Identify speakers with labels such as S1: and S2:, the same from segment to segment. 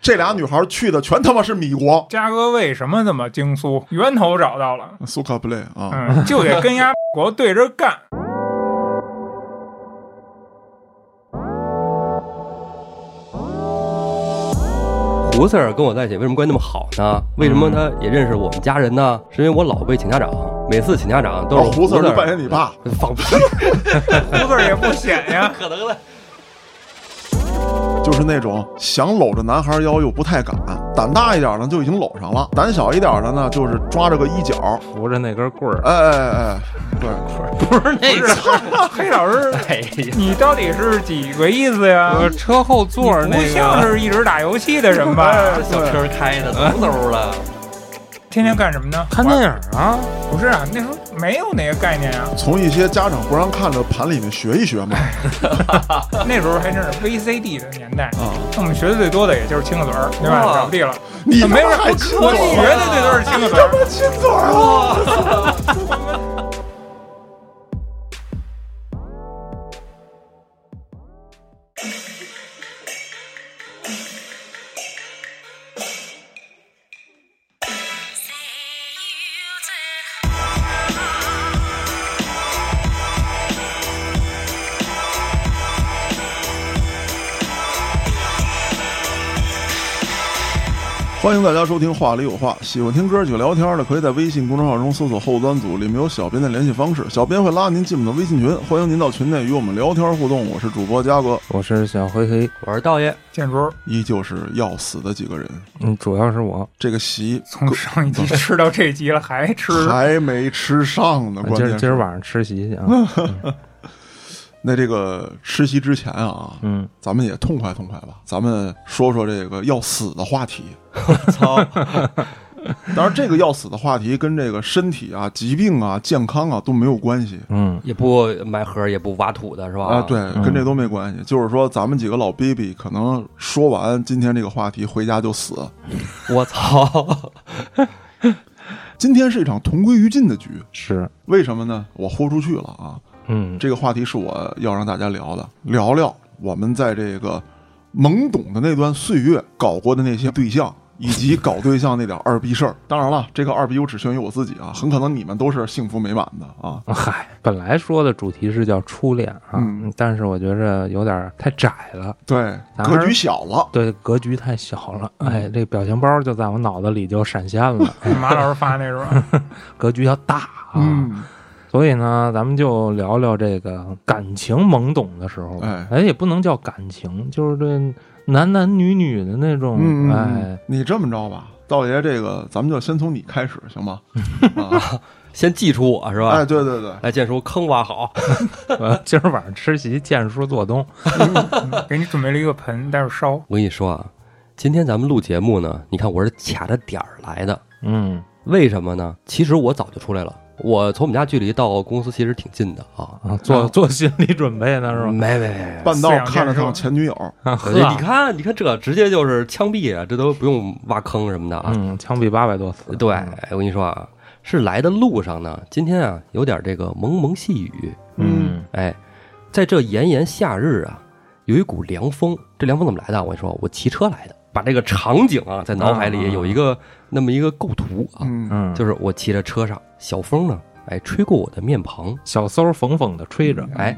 S1: 这俩女孩去的全他妈是米国，
S2: 嘉哥为什么那么精苏？源头找到 了，
S1: 苏卡布雷啊，
S2: 嗯，就得跟丫国对着干。
S3: 胡 Sir 跟我在一起为什么关系那么好呢？为什么
S1: 嗯
S3: 他也认识我们家人呢？是因为我老被请家长，每次请家长都是
S1: 哎胡
S3: 子
S1: 子就扮演你爸，
S3: 放屁，
S2: 胡子儿也不显呀，
S3: 可能的。
S1: 就是那种想搂着男孩腰又不太敢，胆大一点呢就已经搂上了，胆小一点的呢就是抓着个衣角，
S4: 扶着那根棍儿，
S1: 哎哎哎，对，
S2: 不是 黑老师，
S3: 哎呀，
S2: 你到底是几个意思呀？
S4: 呃， 车后座儿
S2: 你
S4: 那
S2: 不
S4: 个
S2: 像是一直打游戏的人吧？
S3: 这小车开的嗖嗖的，
S2: 天天干什么呢？
S4: 看电影啊，
S2: 不是啊，那时候没有那个概念啊，
S1: 从一些家长不让看的盘里面学一学嘛，
S2: 那时候还真是 VCD 的年代。
S4: 哦
S1: 啊，
S2: 那我们学的最多的也就是亲个嘴儿，对吧？
S3: 哇
S2: 怎么地了？
S1: 你他妈
S2: 没有，
S1: 还亲
S2: 我
S4: 啊
S1: 嘴
S2: 学
S1: 儿，
S2: 的最多是亲个
S1: 你
S2: 嘴
S1: 他
S2: 儿。
S1: 妈亲嘴儿了。 欢迎大家收听《话里有话》，喜欢听歌曲聊天的，可以在微信公众号中搜索“后端组”，里面有小编的联系方式，小编会拉您进我们的微信群，欢迎您到群内与我们聊天互动。我是主播嘉哥，
S4: 我是小黑黑，
S3: 我是道爷，
S1: 嗯
S2: 建筑
S1: 依旧是要死的几个人，
S4: 嗯，主要是我，
S1: 这个席
S2: 从上 一集吃到这集了，还吃？
S1: 还没吃上呢，关
S4: 啊今
S1: 键
S4: 儿
S1: 是
S4: 今儿晚上吃席去啊，
S1: 那这个吃席之前啊，
S4: 嗯，
S1: 咱们也痛快痛快吧，咱们说说这个要死的话题。
S3: 操，
S1: 当然，这个要死的话题跟这个身体啊、疾病啊、健康啊都没有关系。
S4: 嗯，
S3: 也不埋盒，也不挖土的是吧？
S1: 啊，对，，跟这都没关系。就是说，咱们几个老逼逼可能说完今天这个话题，回家就死。
S3: 我操，
S1: 今天是一场同归于尽的局，
S4: 是，
S1: 为什么呢？我豁出去了啊！
S4: 嗯，
S1: 这个话题是我要让大家聊的，聊聊我们在这个懵懂的那段岁月搞过的那些对象。以及搞对象那点二逼事儿，当然 了，这个二逼我只限于我自己啊，很可能你们都是幸福美满的啊。
S4: 嗨，本来说的主题是叫初恋啊，
S1: 嗯
S4: 但是我觉着有点太窄了，
S1: 对，
S4: 咱
S1: 格
S4: 还
S1: 局
S4: 是
S1: 小了，
S4: 对，格局太小了。
S1: 嗯
S4: 哎，这表情包就在我脑子里就闪现 了，
S2: 马老师发那时候，
S4: 格局要大啊。
S1: 嗯，
S4: 所以呢，咱们就聊聊这个感情懵懂的时候吧。
S1: 哎
S4: 也不能叫感情，就是这男男女女的那种，
S1: 嗯，嗯
S4: 哎
S1: 嗯，你这么着吧，道爷，这个咱们就先从你开始，行吗？啊，
S3: 先记住我
S4: 啊
S3: 是
S1: 哎，
S3: 吧？
S1: 对对对，
S3: 哎，建叔坑挖好，
S4: 我今儿晚上吃席，见书做东。
S2: 给你准备了一个盆，待会儿烧。
S3: 我跟你说啊，今天咱们录节目呢，你看我是卡着点儿来的，
S4: 嗯，
S3: 为什么呢？其实我早就出来了，我从我们家距离到公司其实挺近的啊。
S4: 啊做做心理准备呢是吧？
S3: 没没没，
S1: 半道
S2: 饲养
S1: 看了
S2: 建设
S1: 趟前女友，
S4: 啊
S3: 我
S4: 呵
S3: 这你看你看这直接就是枪毙啊，这都不用挖坑什么的啊。
S4: 嗯，枪毙八百多次。
S3: 对，哎我跟你说啊，是来的路上呢，今天啊有点这个蒙蒙细雨，
S4: 嗯，
S3: 哎，在这炎炎夏日啊，有一股凉风。这凉风怎么来的？我跟你说，我骑车来的。把这个场景啊，在脑海里有一个那么一个构图啊，
S1: 嗯，
S4: 嗯，
S3: 就是我骑着车上，小风呢，哎，吹过我的面庞，
S4: 小馊缝缝的吹着，
S3: 哎，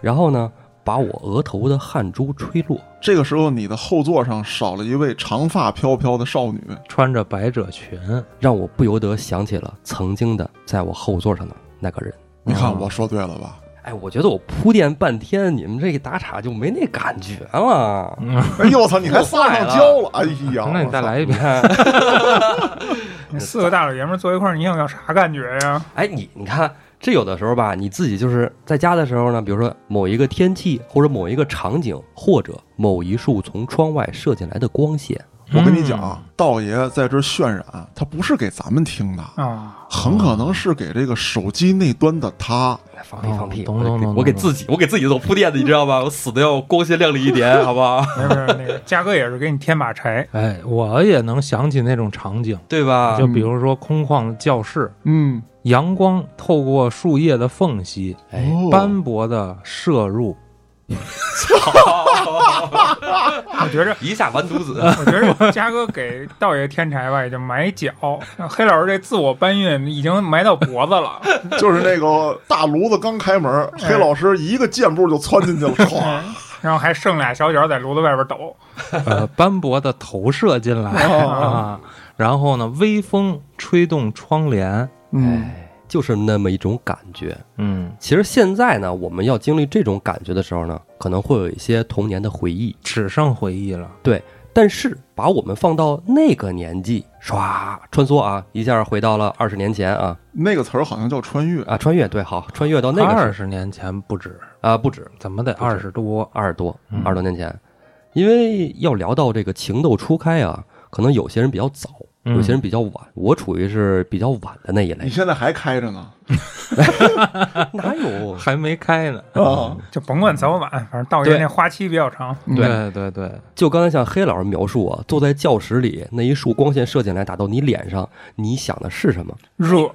S3: 然后呢，把我额头的汗珠吹落。
S1: 这个时候你的后座上少了一位长发飘飘的少女，
S4: 穿着百褶裙，
S3: 让我不由得想起了曾经的在我后座上的那个人。
S1: 你看
S4: 嗯
S1: 我说对了吧？
S3: 哎，我觉得我铺垫半天，你们这一打岔就没那感觉了。
S1: 哎 呦我操，你还撒上娇了？哎呀，
S4: 那你再来一遍。嗯
S2: 你四个大老爷们儿坐一块儿，你想要啥感觉呀？
S3: 哎，你你看，这有的时候吧，你自己就是在家的时候呢，比如说某一个天气，或者某一个场景，或者某一束从窗外射进来的光线，
S1: 我操！我跟你讲啊，
S4: 嗯
S1: 道爷在这儿渲染，他不是给咱们听的，
S2: 啊，
S1: 很可能是给这个手机那端的他。
S3: 哎放屁
S4: 哦
S3: 放屁，
S4: 懂
S3: 我给
S4: 懂懂
S3: 我给
S4: 懂
S3: 自己，我给自己做铺垫的，你知道 吧？我死的要光鲜亮丽一 点，好不好？
S2: 没有没有，那个嘉哥也是给你添把柴，
S4: 哎，我也能想起那种场景，
S3: 对吧
S4: 就？比如说空旷的教室，
S1: 嗯，
S4: 阳光透过树叶的缝隙，
S3: 哎，
S1: 哦
S4: 斑驳的射入
S2: 我觉着，
S3: 一下完 犊子。
S2: 我觉着嘉哥给道爷添柴吧，也就埋脚。黑老师这自我搬运已经埋到脖子了，
S1: 就是那个大炉子刚开门，
S2: 哎
S1: 黑老师一个箭步就窜进去了， 唰！
S2: 嗯然后还剩俩小脚在炉子外边抖。
S4: 呃，斑驳的投射进来
S3: 哦
S4: 啊，然后呢，微风吹动窗帘，
S1: 嗯，
S3: 哎，就是那么一种感觉。
S4: 嗯，
S3: 其实现在呢，我们要经历这种感觉的时候呢，可能会有一些童年的回忆，
S4: 只剩回忆了。
S3: 但是把我们放到那个年纪，唰穿梭啊，一下回到了二十年前啊
S1: 那个词儿好像叫穿越，
S3: 啊，穿越对，好，穿越到那个时
S4: 二十年前不止，
S3: 啊，不止
S4: 怎么得
S3: 不止
S4: 二十多？
S3: 二十多
S4: 嗯
S3: 二十多年前，因为要聊到这个情窦初开啊，可能有些人比较早，
S4: 嗯
S3: 有些人比较晚，我处于是比较晚的那一
S1: 你
S3: 类，
S1: 现在还开着呢
S3: 哪有？
S4: 还没开呢。
S1: 啊！
S2: 就甭管早晚，反正道爷
S3: 对
S2: 那花期比较长。
S1: 嗯
S4: 对对对，
S3: 就刚才像黑老师描述啊，坐在教室里，那一束光线射进来打到你脸上，你想的是什么？
S2: 热，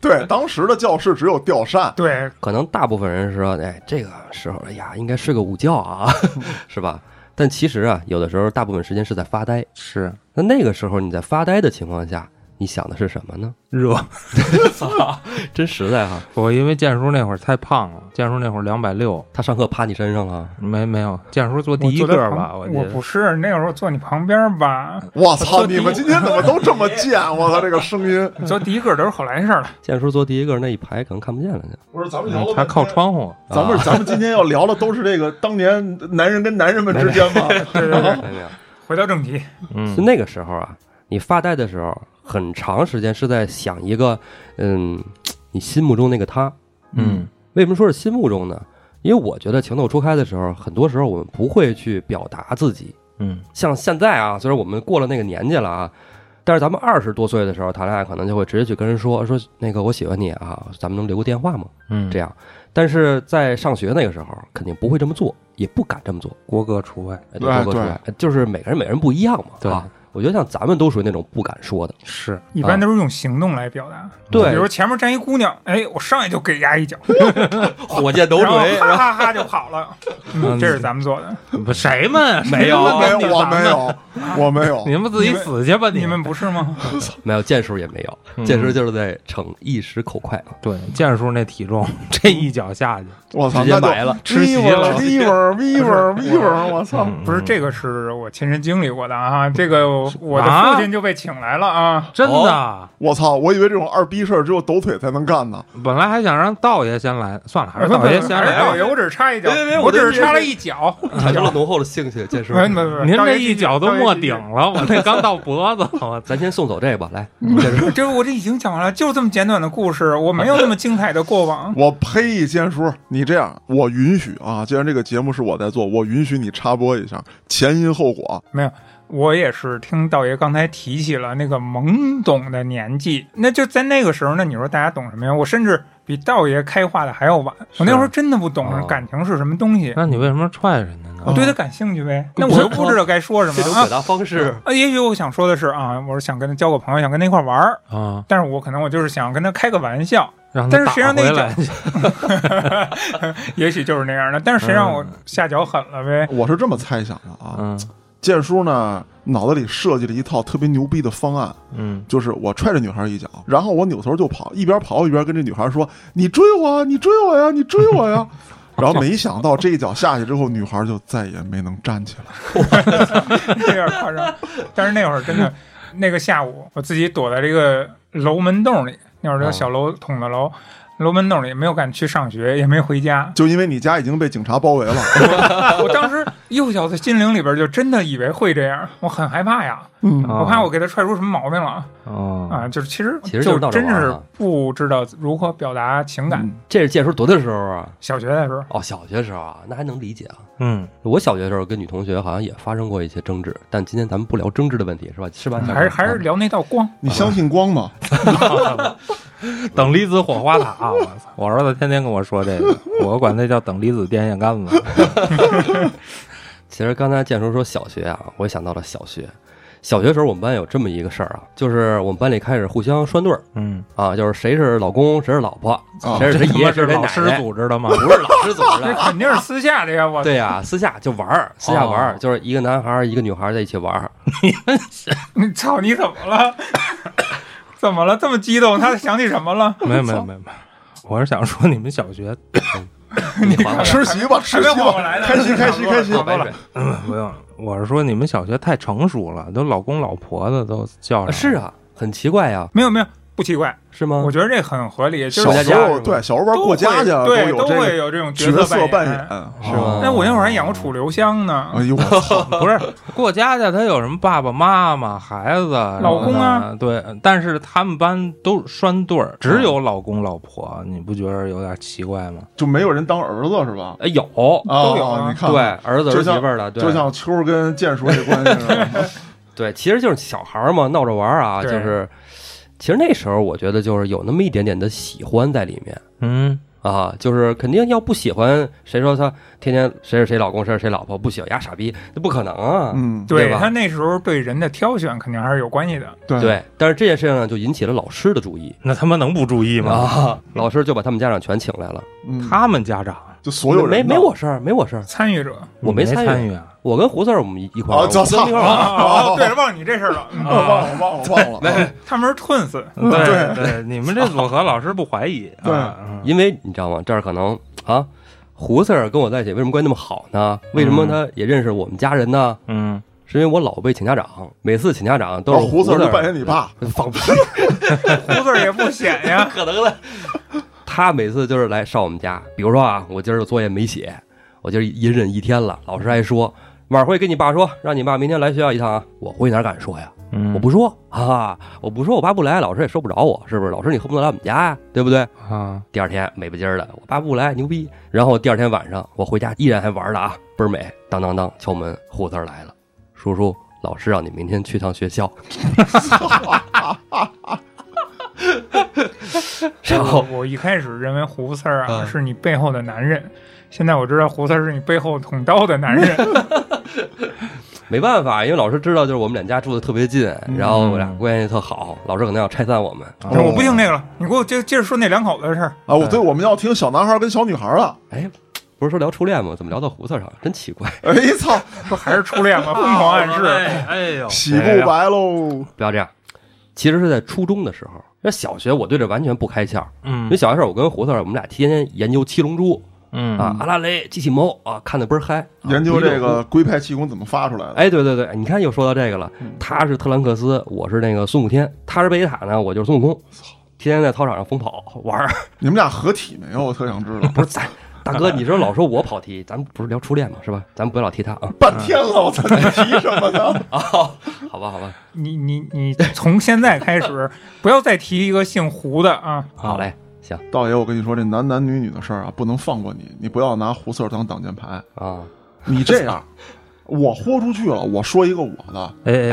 S1: 对，当时的教室只有吊扇，
S2: 对，
S3: 可能大部分人说，哎，这个时候，哎呀，应该睡个午觉啊， 是吧？但其实啊，有的时候大部分时间是在发呆。
S4: 是
S3: 那那个时候你在发呆的情况下，你想的是什么呢？
S4: 热。
S3: 真实在哈，
S4: 我因为建叔那会儿太胖了，建叔那会儿两百六，
S3: 他上课趴你身上了，
S4: 没没有，建叔坐第
S2: 我
S4: 一
S2: 坐在
S4: 个
S2: 旁
S4: 吧，我记
S2: 我
S4: 得
S2: 不是那会儿我坐你旁边吧，
S1: 我操！你们今天怎么都这么贱？啊我操，这个声音！
S2: 你坐第一个都是后来事儿了。
S3: 建叔坐第一个那一排可能看不见了呢。
S1: 不是咱们
S4: 嗯他啊靠，窗户，
S1: 咱们咱们今天要聊的都是这个当年男人跟男人们之间 吗？
S2: 对对对，
S3: 没有，
S2: 回到正题，
S4: 嗯
S3: 就，那个时候啊，你发呆的时候，很长时间是在想一个，嗯，你心目中那个他。
S4: 嗯
S3: 为什么说是心目中呢？因为我觉得情窦初开的时候，很多时候我们不会去表达自己，
S4: 嗯
S3: 像现在啊，虽然我们过了那个年纪了啊，但是咱们二十多岁的时候谈恋爱，可能就会直接去跟人说说那个我喜欢你啊，咱们能留个电话吗？
S4: 嗯，
S3: 这样。但是在上学那个时候，肯定不会这么做，也不敢这么做。
S4: 郭哥除外，
S3: 哎
S1: 对
S3: 说出来，哎就是每个人每个人不一样嘛，
S4: 对
S3: 啊。我觉得像咱们都属于那种不敢说的，
S4: 是
S2: 一般都是用行动来表达。
S3: 对
S2: 比如前面站一姑娘，哎，我上来就给丫一 脚，
S3: 火箭
S2: 然后哈哈哈就跑了。嗯，这是咱们做的，
S4: 不谁们
S3: 没有
S1: 没有，
S4: 你们
S1: 我没有，我没有。
S4: 你们自己死去吧，
S2: 你
S4: 们
S2: 们不是吗？
S3: 没有剑叔也没有，
S4: 嗯
S3: 剑叔就是在逞一时口快啊，
S4: 对建叔那体重， 这
S2: 嗯
S4: 一脚下去，
S1: 我操，
S3: 直接
S1: 那就
S3: 埋了
S4: 吃席了
S1: Viver Viver Viver，我操！
S4: 嗯
S2: 不是，这个是我亲身经历过的啊，这个我的父亲就被请来了啊。
S4: 真的，
S1: 我操！我以为这种二逼事儿只有抖腿才能干呢。。
S4: 本来还想让道爷先来，算了，还是道爷先
S2: 哎
S4: 来
S2: 导
S4: 吧。
S2: 游我只是插一脚，
S3: 别别别我
S2: 我只
S3: 这
S2: 是插了一脚， 哎
S3: 产生了浓厚的兴趣。 剑叔，
S2: 没没没，
S4: 您
S2: 导
S4: 这
S2: 游
S4: 一脚都没 顶了，我这刚到脖子，我
S3: 咱先送走这个吧，来，
S2: 这我这已经讲完了，就是这么简短的故事，我没有那么精彩的过往
S1: 我呸！建叔，你这样，我允许啊。既然这个节目是我在做，我允许你插播一下前因后果。
S2: 我也是听道爷刚才提起了那个懵懂的年纪，那就在那个时候，那你说大家懂什么呀？我甚至比道爷开化的还要晚，我那会儿真的不
S3: 哦
S4: 啊
S2: 懂啊感情是什么东西，
S4: 那你为什么踹人家
S2: 我
S4: 呢？
S2: 对他感兴趣
S4: 啊
S2: 呗，
S3: 哦
S2: 那我又不知道该说什
S3: 这种
S2: 么
S3: 表
S2: 啊。
S3: 达方 式
S2: 啊，也许我想说的是啊，我是想跟他交个朋友，想跟他一块儿玩儿，
S4: 啊，
S2: 但是我可能我就是想跟他开个玩笑，
S4: 让
S2: 哦但是
S4: 他打
S2: 谁让那
S4: 回
S2: 一
S4: 来，
S2: 也许就是那样的。但是谁让我
S4: 嗯
S2: 下脚狠了呗？
S1: 我是这么猜想的啊。
S4: 嗯
S1: 建叔呢，脑子里设计了一套特别牛逼的方案，
S4: 嗯
S1: 就是我踹这女孩一脚，然后我扭头就跑，一边跑一边跟这女孩说：“你追我啊，你追我呀，你追我呀！”然后没想到这一脚下去之后，女孩就再也没能站起来。。
S2: 有点夸张。但是那会儿真的，那个下午我自己躲在这个楼门洞里，那会儿叫
S3: 哦
S2: 小楼筒子楼，楼门洞里没有敢去上学，也没回家
S1: 就因为你家已经被警察包围了，
S2: 我当时幼小的心灵里边就真的以为会这样，我很害怕呀，
S1: 嗯
S4: 啊
S2: 我怕我给他踹出什么毛病了
S4: 哦，
S2: 啊！就是其实
S3: 哦其实就是
S2: 就
S3: 闹着
S2: 真
S3: 玩儿
S2: 是
S3: 啊
S2: 不知道如何表达情感。
S1: 嗯
S3: 这是建叔多大时候啊？
S2: 小学的时候，
S3: 哦，小学时候啊，那还能理解啊。
S4: 嗯，
S3: 我小学的时候跟女同学好像也发生过一些争执，但今天咱们不聊争执的问题，是吧？是嗯吧？
S2: 嗯还是还是聊那道光，
S1: 你相信光吗？
S4: 等离子火花塔，我操！我儿子天天跟我说这个， 我管那叫等离子电线杆子。
S3: 其实刚才建叔说小学啊，我也想到了小学。小学时候我们班有这么一个事儿啊，就是我们班里开始互相拴对儿
S4: 嗯，
S3: 啊，就是谁是老公，谁是老婆，
S1: 啊
S3: 谁是谁
S4: 他
S3: 爷，
S4: 妈
S3: 谁
S4: 是
S3: 谁奶
S4: 老
S3: 奶，
S4: 师组织的吗？
S3: 不是老师组啊织
S2: 那
S3: 的。
S2: 肯定是私下的呀！我
S3: 对 呀、私下就玩儿，私下玩儿、
S4: 哦
S3: 就是一个男孩儿一个女孩儿在一起玩儿，
S2: 你 操，你怎么了？ 怎么了？这么激动？他想起什么了？
S4: 没有没有没有没有，我是想说你们小 学
S3: 你还我
S1: 吃席吧，吃
S2: 还没
S1: 席
S2: 缓过
S1: 吧
S2: 来，呢
S1: 开席开席开席
S2: 差不多
S3: 拜
S2: 了
S3: 拜
S4: 嗯，不用，我是说你们小学太成熟了，都老公老婆的都叫
S3: 啊
S4: 上。
S3: 是，啊，很奇怪呀、
S2: 没有没有，不奇怪，
S3: 是吗
S2: 我？觉得这很合理。就
S1: 小
S2: 是
S1: 时
S3: 家是
S1: 候
S3: 吧
S1: 对小时候玩
S2: 都
S1: 过家家
S2: 会对
S1: 有这
S2: 会
S1: 个
S2: 有这种
S1: 角色扮
S2: 演。
S1: 演，哦
S3: 是吗
S2: 那我那会儿还养过楚留香呢
S1: 哎，呦我操，
S4: 不是过家家，他有什么爸爸妈妈、孩子、
S2: 老公啊
S4: 然后呢？对，但是他们班都拴对儿，只有老公老婆，你不觉得有点奇怪吗？
S1: 就没有人当儿子是吧？
S3: 哎有，
S2: 都有
S1: 啊
S2: 啊
S1: 你看，
S3: 对，儿子儿
S1: 就
S3: 媳
S1: 像
S3: 妇儿的，对，
S1: 就像秋儿跟剑叔这关系是吧？
S3: 对，其实就是小孩儿嘛，闹着玩儿啊，就
S2: 对
S3: 是，其实那时候我觉得就是有那么一点点的喜欢在里面
S4: 嗯，
S3: 啊，就是肯定要不喜欢，谁说他天天谁是谁老公，谁是谁老婆，不喜欢呀傻逼，那不可能啊，
S1: 嗯，
S3: 对吧
S2: 他那时候对人的挑选肯定还是有关系的。
S1: 对
S3: 对。但是这件事情呢，就引起了老师的注意
S4: 那他妈能不注意吗？
S3: 啊，老师就把他们家长全请来了，
S1: 嗯
S4: 他们家长
S1: 就所有人
S3: 没
S1: 呢
S3: 没我事儿，没我事儿，
S2: 参与者
S3: 我
S4: 没
S3: 没参与
S4: 参与啊，
S3: 我跟胡四儿我们一一块儿
S1: 啊
S3: 玩，
S1: 操
S3: 我跟一块儿
S2: 啊
S3: 玩，
S2: 哦，对了，忘了你这事儿 了。嗯
S1: 啊忘了忘了忘了，啊
S2: 他们是 twins，
S4: 对对，你 们这组合老师不怀疑
S1: 对
S4: 啊？嗯
S3: 因为你知道吗？这儿可能啊，胡四儿跟我在一起为什么关系那么好呢？为什么
S4: 嗯
S3: 他也认识我们家人呢？
S4: 嗯，
S3: 是因为我老被请家长，每次请家长都
S1: 然
S3: 是
S1: 后哦胡
S3: 子
S1: 子儿就扮演你 爸，
S3: 放屁，
S2: 胡子儿也不显
S3: 不
S2: 呀。
S3: 可能的。他每次就是来上我们家，比如说啊，我今儿的作业没写，我今儿隐忍一天了，老师还说晚会跟你爸说，让你爸明天来学校一趟啊。我回去哪敢说呀？
S4: 嗯
S3: 我不说啊，我不说，我爸不来，老师也收不着我，是不是？老师你恨不得来我们家呀、对不对？
S4: 啊，
S3: 第二天美不唧儿的，我爸不来，牛逼。然后第二天晚上我回家依然还玩呢啊，倍儿美。当当当，敲门，胡子儿来了，叔叔，老师让你明天去趟学校。然后
S2: 我一开始认为胡四儿啊
S3: 嗯
S2: 是你背后的男人，现在我知道胡四儿是你背后捅刀的 男人。
S3: 没办法，因为老师知道就是我们两家住的特别近，
S4: 嗯
S3: 然后我俩关系特好，老师可能要拆散我们。
S1: 哦
S2: 我啊说我不听那个了，你给我接接着说那两口子的事儿。
S1: 啊！我对我们要听小男孩跟小女孩了，
S3: 哎，不是说聊初恋吗？怎么聊到胡子上了？真奇
S4: 嗯
S3: 怪！
S1: 哎操，
S2: 不还是初恋 吗？疯狂暗示。
S4: 哎哎呦，
S1: 洗不白喽！
S3: 不要这样。其实是在初中的时候，那小学我对这完全不开窍，因
S4: 嗯
S3: 为小学时候我跟胡子儿我们俩天天研究《七龙珠》。
S4: 嗯
S3: 啊，阿拉蕾、机器猫啊，看的倍儿嗨。啊
S1: 研究这，
S3: 不亦乐
S1: 个龟派气功怎么发出来
S3: 乎
S1: 的？
S3: 哎，对对对，你看又说到这个了
S1: 嗯。
S3: 他是特兰克斯，我是那个孙悟天，他是贝塔呢，我就是孙悟空。天天在操场上疯跑 玩儿，
S1: 你们俩合体没有？我特想知 道，
S3: 不是咱大哥，你说老说我跑题，咱们不是聊初恋吗？是吧？咱们不要老提他 啊。
S1: 半天了，我操，你提什么 呢？
S3: 啊，好吧，好吧，
S2: 你你你从现在开始不要再提一个姓胡的啊！
S3: 好嘞，行
S1: 道爷，我跟你说，这男男女女的事儿啊，不能放过你，你不要拿胡四儿当挡箭牌。
S3: 啊，
S1: 你这样，我豁出去了，我说一个我的。
S4: 哎哎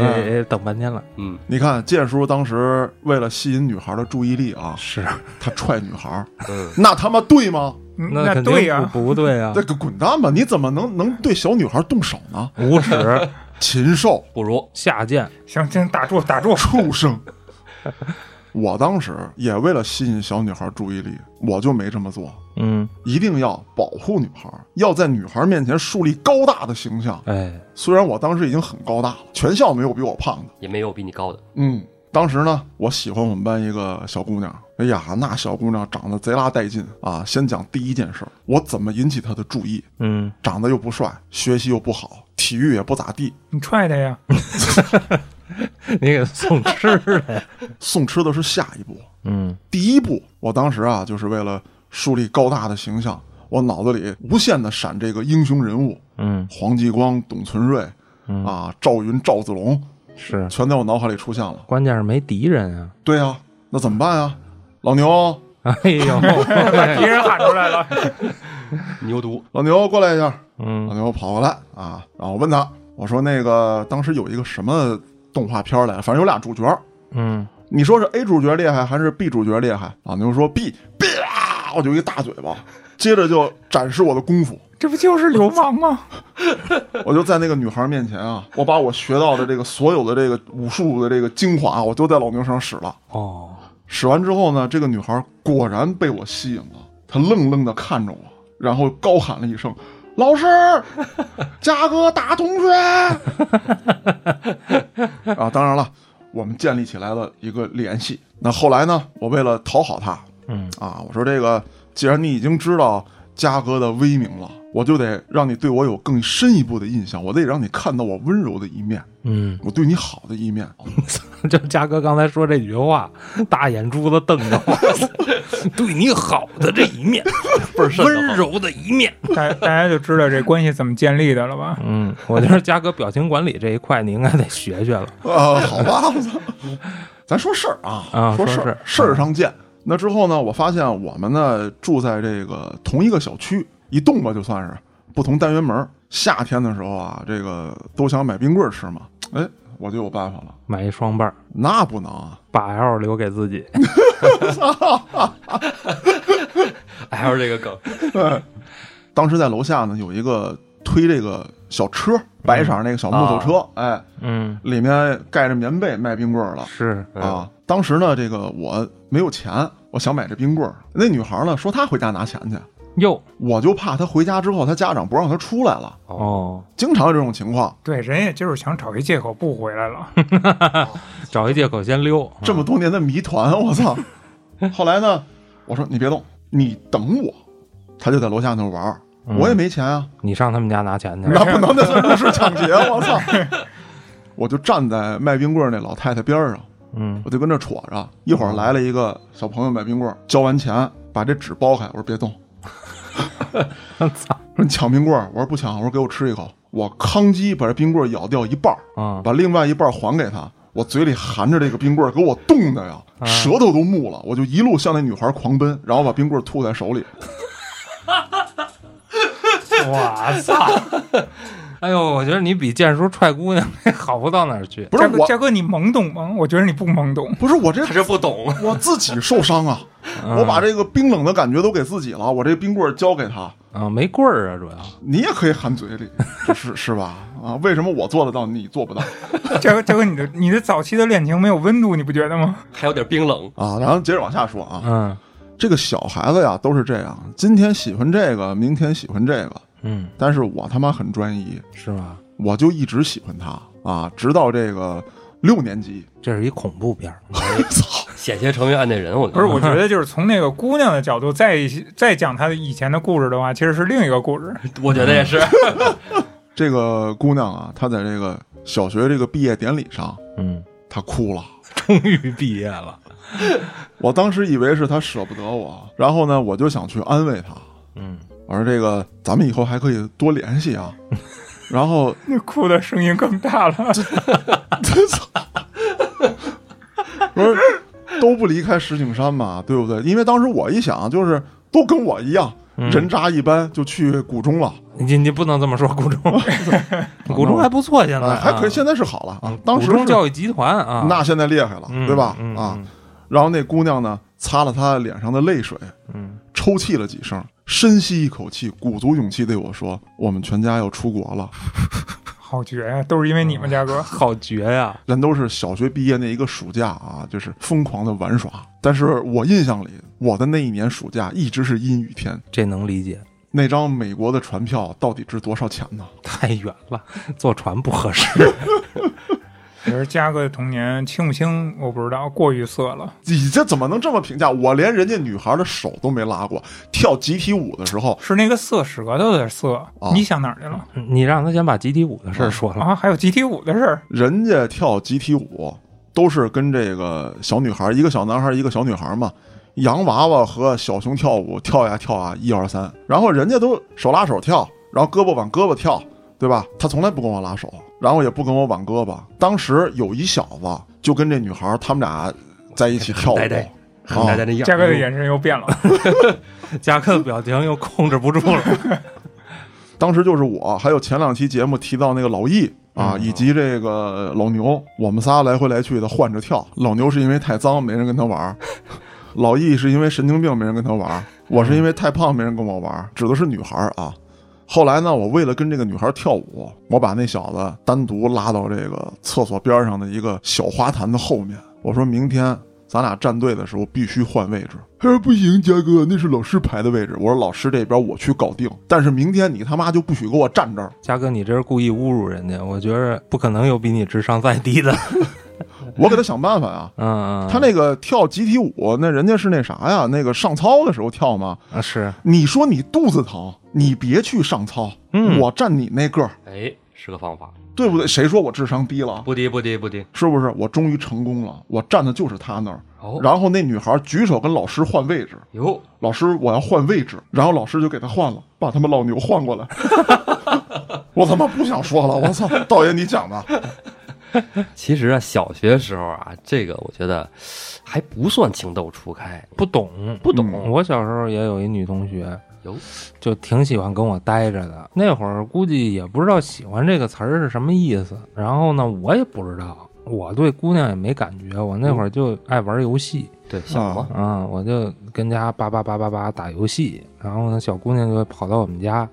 S4: 哎哎哎，等半天了，
S3: 嗯，
S1: 你看，剑叔当时为了吸引女孩的注意力啊，
S4: 是
S1: 他踹女孩儿，
S3: 嗯
S1: 那他妈对吗？
S2: 嗯
S4: 那肯定
S2: 对呀、
S4: 不不 对啊
S1: 那，个滚蛋吧！你怎么能能对小女孩动手呢？
S4: 无耻
S1: 禽兽！
S3: 不如
S4: 下贱，
S2: 行行，打住打住，
S1: 畜生！我当时也为了吸引小女孩注意力，我就没这么做。
S4: 嗯，
S1: 一定要保护女孩，要在女孩面前树立高大的形象。
S4: 哎，
S1: 虽然我当时已经很高大了，全校没有比我胖的。
S3: 也没有比你高的，
S1: 嗯，当时呢，我喜欢我们班一个小姑娘。哎呀，那小姑娘长得贼拉带劲啊！先讲第一件事儿，我怎么引起她的注意？
S4: 嗯，
S1: 长得又不帅，学习又不好，体育也不咋地，
S2: 你踹他呀！
S4: 你给送吃的呀，
S1: 送吃的是下一步。
S4: 嗯
S1: 第一步，我当时啊，就是为了树立高大的形象，我脑子里无限的闪这个英雄人物，
S4: 嗯
S1: 黄继光、董存瑞，
S4: 嗯
S1: 啊，赵云、赵子龙，
S4: 是，
S1: 全在我脑海里出现了。
S4: 关键是没敌人啊，
S1: 对呀、那怎么办呀？老牛，
S4: 哎呦，
S2: 把敌人喊出来 了，
S3: 牛犊，
S1: 老牛过来一下，老
S4: 嗯
S1: 牛跑过来啊，然后我问他，我说那个当时有一个什么动画片儿来着，反正有俩主角，
S4: 嗯，
S1: 你说是 A 主角厉害还是 B 主角厉害？老牛说 B，B 啊，我就一大嘴巴，接着就展示我的功夫。
S2: 这不就是流氓吗？
S1: 我就在那个女孩面前啊，我把我学到的这个所有的这个武术的这个精华啊，我都在老牛身上使了。
S4: 哦，
S1: 使完之后呢，这个女孩果然被我吸引了，她愣愣地看着我，然后高喊了一声：“老师，嘉哥打同学！” 啊，当然了，我们建立起来了一个联系。那后来呢，我为了讨好她，
S4: 嗯
S1: 啊，我说这个，既然你已经知道嘉哥的威名了，我就得让你对我有更深一步的印象，我得让你看到我温柔的一面，
S4: 嗯，哦
S1: 我对你好的一面。
S4: 就嘉哥刚才说这句话，大眼珠子瞪着我， 对你好的这一 面，
S3: 倍儿瘆得
S4: 温
S3: 慌
S4: 柔的一面。
S2: 大大家就知道这关系怎么建立的了吧？
S4: 嗯，我觉得嘉哥表情管理这一块你应该得学学了。
S1: 呃，好吧，我操，咱说事儿啊，
S4: 啊
S1: 说
S4: 说
S1: 事
S4: 事
S1: 儿
S4: 儿，
S1: 事儿上见。那之后呢，我发现我们呢住在这个同一个小区，一栋吧，就算是不同单元门儿。夏天的时候啊，这个都想买冰棍儿吃嘛，哎，我就有办法了，
S4: 买一双棒，
S1: 那不能啊，
S4: 把 L 留给自己。
S3: 还有这个梗，
S1: 当时在楼下呢有一个推这个小车，白色儿那个小木头车，哎，
S4: 嗯，
S1: 里面盖着棉被卖冰棍儿了。
S4: 是，
S1: 啊，当时呢，这个我没有钱，我想买这冰棍儿。那女孩呢说她回家拿钱去，
S4: 哟，
S1: 我就怕她回家之后，她家长不让她出来了，
S4: 哦，
S1: 经常有这种情况。
S2: 对，人也就是想找一借口不回 来了。
S4: 找一借口先溜。
S1: 这么多年的谜团，我操！后来呢，我说你别动，你等我。她就在楼下那玩儿，
S4: 嗯
S1: 我也没钱啊，
S4: 你上他们家拿钱去，
S1: 那不能那算入室抢劫，我操！我就站在卖冰棍儿那老太太边儿上，
S4: 嗯
S1: 我就跟这戳着。一会儿来了一个小朋友买冰棍儿，交完钱把这纸剥开，我说别动。说你抢冰棍儿，我说不抢，我说给我吃一口。我康叽把这冰棍儿咬掉一半儿，
S4: 啊，
S1: 把另外一半儿还给他。我嘴里含着这个冰棍儿，给我冻的呀，舌头都木了。我就一路向那女孩狂奔，然后把冰棍儿吐在手里。
S4: 我操！ 哎呦，我觉得你比剑叔踹姑娘 好不到哪儿去。
S1: 不是
S2: 嘉哥，
S1: 我，
S2: 嘉哥，你懵懂吗？我觉得你不懵懂。
S1: 不是我这
S3: 他是不懂，
S1: 我自己受伤啊！我把这个冰冷的感觉都给自己了，我这冰棍儿交给他，
S4: 啊，没棍儿啊，主要
S1: 你也可以含嘴里， 是是吧？啊，为什么我做得到，你做不到
S2: 嘉哥，嘉哥，你的你的早期的恋情没有温度，你不觉得吗？
S3: 还有点冰冷，
S1: 啊？然后接着往下说啊，
S4: 嗯
S1: 这个小孩子呀都是这样，今天喜欢这个，明天喜欢这个，
S4: 嗯，
S1: 但是我他妈很专一，
S4: 是吗？
S1: 我就一直喜欢他啊，直到这个六年级，
S4: 这是一恐怖片儿。
S3: 险些成为案内人，我觉
S2: 不
S3: 得
S2: 是，我觉得就是从那个姑娘的角度再一再讲她的以前的故事的话，其实是另一个故事。
S3: 我觉得也是，
S1: 这个姑娘啊，她在这个小学这个毕业典礼上，
S4: 嗯，
S1: 她哭了。
S4: 终于毕业了。
S1: 我当时以为是她舍不得我，然后呢，我就想去安慰她，
S4: 嗯，
S1: 我说这个咱们以后还可以多联系啊。然后
S2: 那哭的声音更大了。
S1: 我说都不离开石景山嘛，对不对？因为当时我一想，就是都跟我一样，
S4: 嗯
S1: 人渣一般就去古中了，
S4: 你你不能这么说， 谷中，谷中还不错，现在
S1: 哎，
S4: 啊嗯
S1: 还可以，现在是好了啊。当时
S4: 谷中
S1: 是
S4: 教育集团啊，
S1: 那现在厉害了，
S4: 嗯
S1: 对吧？
S4: 嗯
S1: 啊，然后那姑娘呢，擦了擦脸上的泪水，
S4: 嗯，
S1: 抽泣了几声，深吸一口气，鼓足勇气对我说：“我们全家要出国了。
S2: 好绝呀，都是因为你们嘉哥。
S4: 好绝呀！”
S1: 人都是小学毕业那一个暑假啊，就是疯狂的玩耍。但是我印象里，我的那一年暑假一直是阴雨天。
S4: 这能理解，
S1: 那张美国的船票到底值多少钱呢？
S4: 太远了， 坐船不合适。
S2: 其实嘉哥的童年清不清我不知道，过于色了。
S1: 你这怎么能这么评价？我连人家女孩的手都没拉过，跳集体舞的时候，
S2: 是那个色舌头的色
S1: 哦，
S2: 你想哪儿去了
S4: 你让他先把集体舞的事儿说 了。
S2: 啊？还有集体舞的事儿，
S1: 人家跳集体舞都是跟这个小女孩，一个小男孩，一个小女孩嘛，洋娃娃和小熊跳舞，跳呀跳啊，一二三，然后人家都手拉手跳，然后胳膊挽胳膊跳，对吧？他从来不跟我拉手，然后也不跟我挽胳膊。当时有一小子就跟这女孩，他们俩在一起跳舞。啊
S3: 呆呆
S1: 哦
S3: 很大家那样，
S2: 嘉哥的眼神又变了。
S4: 嘉哥的表情又控制不住了。
S1: 当时就是我，还有前两期节目提到那个老易啊，以及这个老牛，我们仨来回来去的换着跳。老牛是因为太脏，没人跟他玩儿。老易是因为神经病没人跟他玩儿，我是因为太胖没人跟我玩儿，指的是女孩儿啊。后来呢，我为了跟这个女孩儿跳舞，我把那小子单独拉到这个厕所边上的一个小花坛的后面，我说明天。咱俩站队的时候必须换位置。他说不行，佳哥，那是老师排的位置。我说老师这边我去搞定，但是明天你他妈就不许给我站这儿。
S4: 嘉哥，你这是故意侮辱人家，我觉着不可能有比你智商再低的。
S1: 我给他想办法啊。
S4: 嗯，嗯
S1: 他那个跳集体舞，那人家是那啥呀？那个上操的时候跳吗？
S4: 啊是
S1: 你说你肚子疼，你别去上操，
S4: 嗯
S1: 我占你那个儿，
S3: 哎，是个方法，
S1: 对不对？谁说我智商低了？
S3: 不低不低不低。
S1: 是不是？我终于成功了，我站的就是他那儿。
S3: 哦，
S1: 然后那女孩举手跟老师换位置，
S3: 哟，
S1: 老师我要换位置，然后老师就给他换了，把他们老牛换过来。 我他妈不想说了，我操！导演你讲吧，
S3: 其实啊，小学时候啊，这个我觉得还不算情窦初开。
S4: 不懂
S3: 不
S1: 懂
S4: 我小时候也有一女同学，
S3: 哟，
S4: 就挺喜欢跟我待着的。那会儿估计也不知道“喜欢”这个词儿是什么意思，然后呢，我也不知道，我对姑娘也没感觉。我那会儿就爱玩游戏
S3: 对，小嘛，
S4: 啊、我就跟家叭叭叭叭叭打游戏，然后呢，小姑娘就会跑到我们家。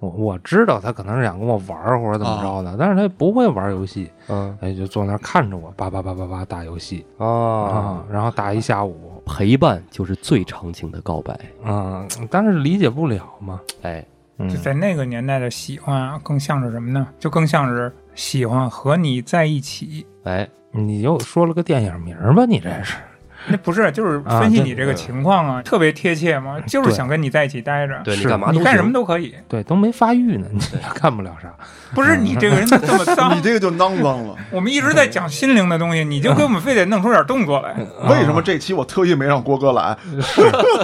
S4: 我我知道她可能是想跟我玩儿或者怎么着的，但是她不会玩游戏，
S3: 嗯
S4: 哎，就坐那儿看着我叭叭叭叭叭打游戏啊、
S3: 啊，
S4: 然后打一下午。
S3: 陪伴就是最长情的告白。
S4: 啊、但是理解不了嘛。
S3: 哎，
S4: 嗯
S2: 就在那个年代的喜欢啊，更像是什么呢？就更像是喜欢和你在一起。
S3: 哎，
S4: 嗯你又说了个电影名儿吧？你这是
S2: 那不是，就是分析你这个情况啊，特别贴切嘛，就是想跟你在一起待着。
S3: 对你
S4: 是
S3: 干嘛都
S2: 你干什么
S3: 都
S2: 都可以，
S4: 对，都没发育呢，你也干不了啥。
S2: 不是你这个人怎么这么
S1: 啊你
S2: 脏？
S1: 这个就肮脏了。
S2: 我们一直在讲心灵的东西，你就给我们非得弄出点动作来，
S3: 啊
S1: 为什么这期我特意没让郭哥来？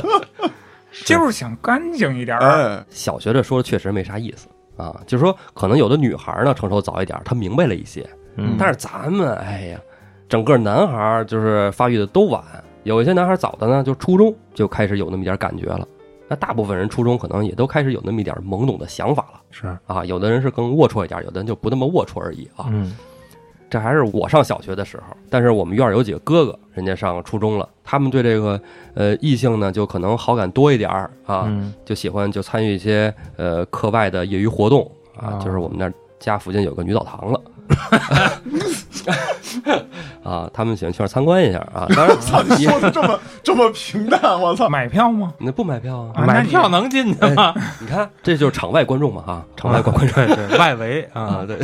S2: 就是想干净一点
S3: 啊
S2: 儿。
S1: 哎，
S3: 小学这说的确实没啥意思啊，就是说可能有的女孩呢成熟早一点，她明白了一些，
S1: 嗯
S3: 但是咱们哎呀，整个男孩儿就是发育的都晚，有一些男孩儿早的呢，就初中就开始有那么一点感觉了。那大部分人初中可能也都开始有那么一点懵懂的想法了
S4: 是，
S3: 啊，有的人是更龌龊一点，有的人就不那么龌龊而已啊。
S4: 嗯
S3: 这还是我上小学的时候，但是我们院儿有几个哥哥，人家上初中了，他们对这个呃异性呢，就可能好感多一点儿啊，
S4: 嗯
S3: 就喜欢就参与一些呃课外的业余活动啊，
S4: 啊
S3: 就是我们那儿家附近有个女澡堂了。 啊，他们喜欢去那儿参观一下啊，当然 也
S1: 说的这 么这么平淡，我操！
S2: 买票吗？
S3: 那不买票啊？
S2: 啊那
S4: 买
S2: 你
S4: 票能进去吗？
S3: 你看，这就是场外观众嘛啊，场外观 众
S4: 对对，外围
S3: 啊，
S4: 啊，
S3: 对，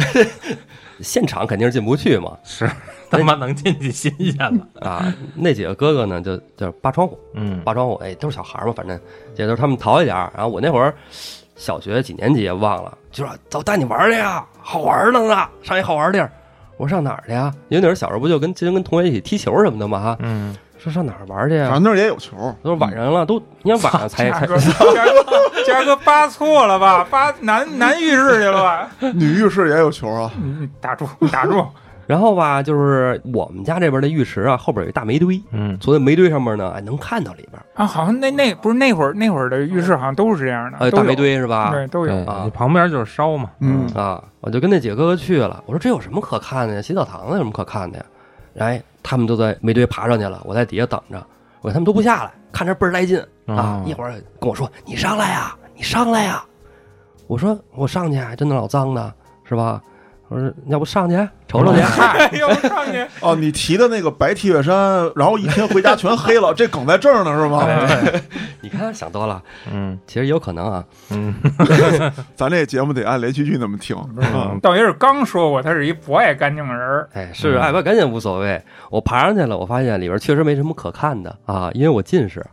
S3: 现场肯定是进不去嘛
S4: 是他妈能进去新鲜了。
S3: 啊。那几个哥哥呢，就就扒窗户，
S4: 嗯
S3: 扒窗户，哎，都是小孩儿嘛，反正这都是他们淘一点儿。然后我那会儿小学几年级也忘了，就说走带你玩儿去呀，好玩儿的呢，啊上一好玩儿地儿。我说上哪儿去呀？因为那时候小时候不就跟经常跟同学一起踢球什么的嘛哈。
S4: 嗯，
S3: 说上哪儿玩儿去
S1: 反
S3: 呀？
S1: 正那儿也有球，
S3: 都是晚上了，都你看晚上
S1: 哎
S3: 才
S2: 嘉
S3: 才
S2: 哥，嘉哥，嘉哥扒错了吧？扒男男浴室去了吧？
S1: 女浴室也有球啊。
S2: 嗯，打住，打住！
S3: 然后吧，就是我们家这边的浴池啊，后边有一大煤堆，
S4: 嗯，
S3: 所以煤堆上面呢，哎，能看到里边儿，
S2: 啊，好像那那不是那会儿那会儿的浴室好像都是这样的，
S1: 哎
S3: 呃，
S2: 啊都
S3: 大
S2: 有嗯
S3: 煤堆是吧？
S2: 对都
S4: 对
S2: 有。
S3: 啊，
S4: 你旁边就是烧嘛。
S1: 嗯
S3: 啊，我就跟那几个哥哥去了。我说这有什么可看的呀？洗澡堂子有什么可看的呀？哎，他们都在煤堆爬上去了，我在底下等着。我看他们都不下来，看着倍儿来劲啊！
S4: 哦
S3: 一会儿跟我说你上来呀，你上来呀。我说我上去啊真的老脏呢，是吧？我说要不上去瞅瞅去。
S2: 哎呦，上去！
S1: 哦，你提的那个白 T 恤衫，然后一天回家全黑了，这梗在这儿呢是吗？
S3: 哎
S2: 哎
S3: 你看想多了，
S4: 嗯
S3: 其实有可能啊。
S4: 嗯，
S1: 咱这节目得按连续剧那么听。
S4: 嗯
S2: 道爷是刚说过他是一不爱干净的人儿，
S3: 哎，是爱不爱干净无所谓。我爬上去了，我发现里边确实没什么可看的啊，因为我近视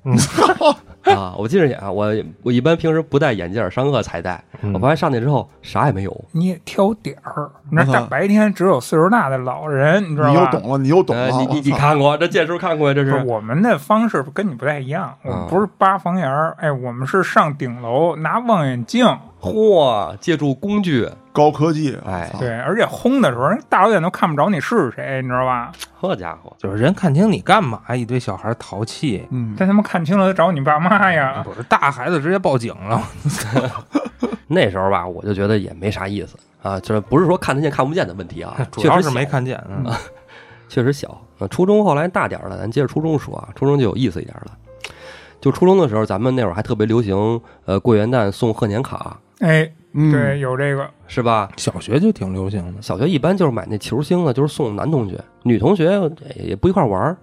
S3: 啊，我近视眼啊，我我一般平时不戴眼镜，上课才戴。我发现上去之后啥也没有，
S2: 你也挑点儿。那
S1: 我操
S2: 大白天只有岁数大的老人，你知道
S1: 嗯你又
S2: 吧？
S1: 懂了，你又懂
S3: 哎，
S1: 了。
S3: 你你你
S1: 我操
S3: 看过这见识看过呀？这
S2: 不是
S3: 是
S2: 我们的方式跟你不太一样，
S1: 啊
S2: 我们不是扒房檐儿，哎，我们是上顶楼拿望远镜，
S1: 啊
S3: 嚯，借助工具，
S1: 高科技，我
S3: 哎
S1: 操，
S2: 对，而且轰的时候，人大老远都看不着你是谁，你知道吧？
S3: 好家伙，
S4: 就是人看清你干嘛？一堆小孩淘气，
S1: 嗯，
S2: 但他们看清了，找你爸妈呀。
S4: 不是大孩子直接报警了。，
S3: 那时候吧，我就觉得也没啥意思啊，就是不是说看得见看不见的问题啊
S4: 主要是
S3: 确
S4: 没
S3: 实小
S4: 看见。嗯
S3: 确实小。那初中后来大点儿了，咱接着初中说啊，初中就有意思一点儿了。就初中的时候，咱们那会儿还特别流行，呃，过元旦送贺年卡，
S2: 哎，
S1: 嗯，
S2: 对，有这个，
S3: 是吧？
S4: 小学就挺流行的，
S3: 小学一般就是买那球星啊，就是送男同学，女同学也也不一块儿玩儿，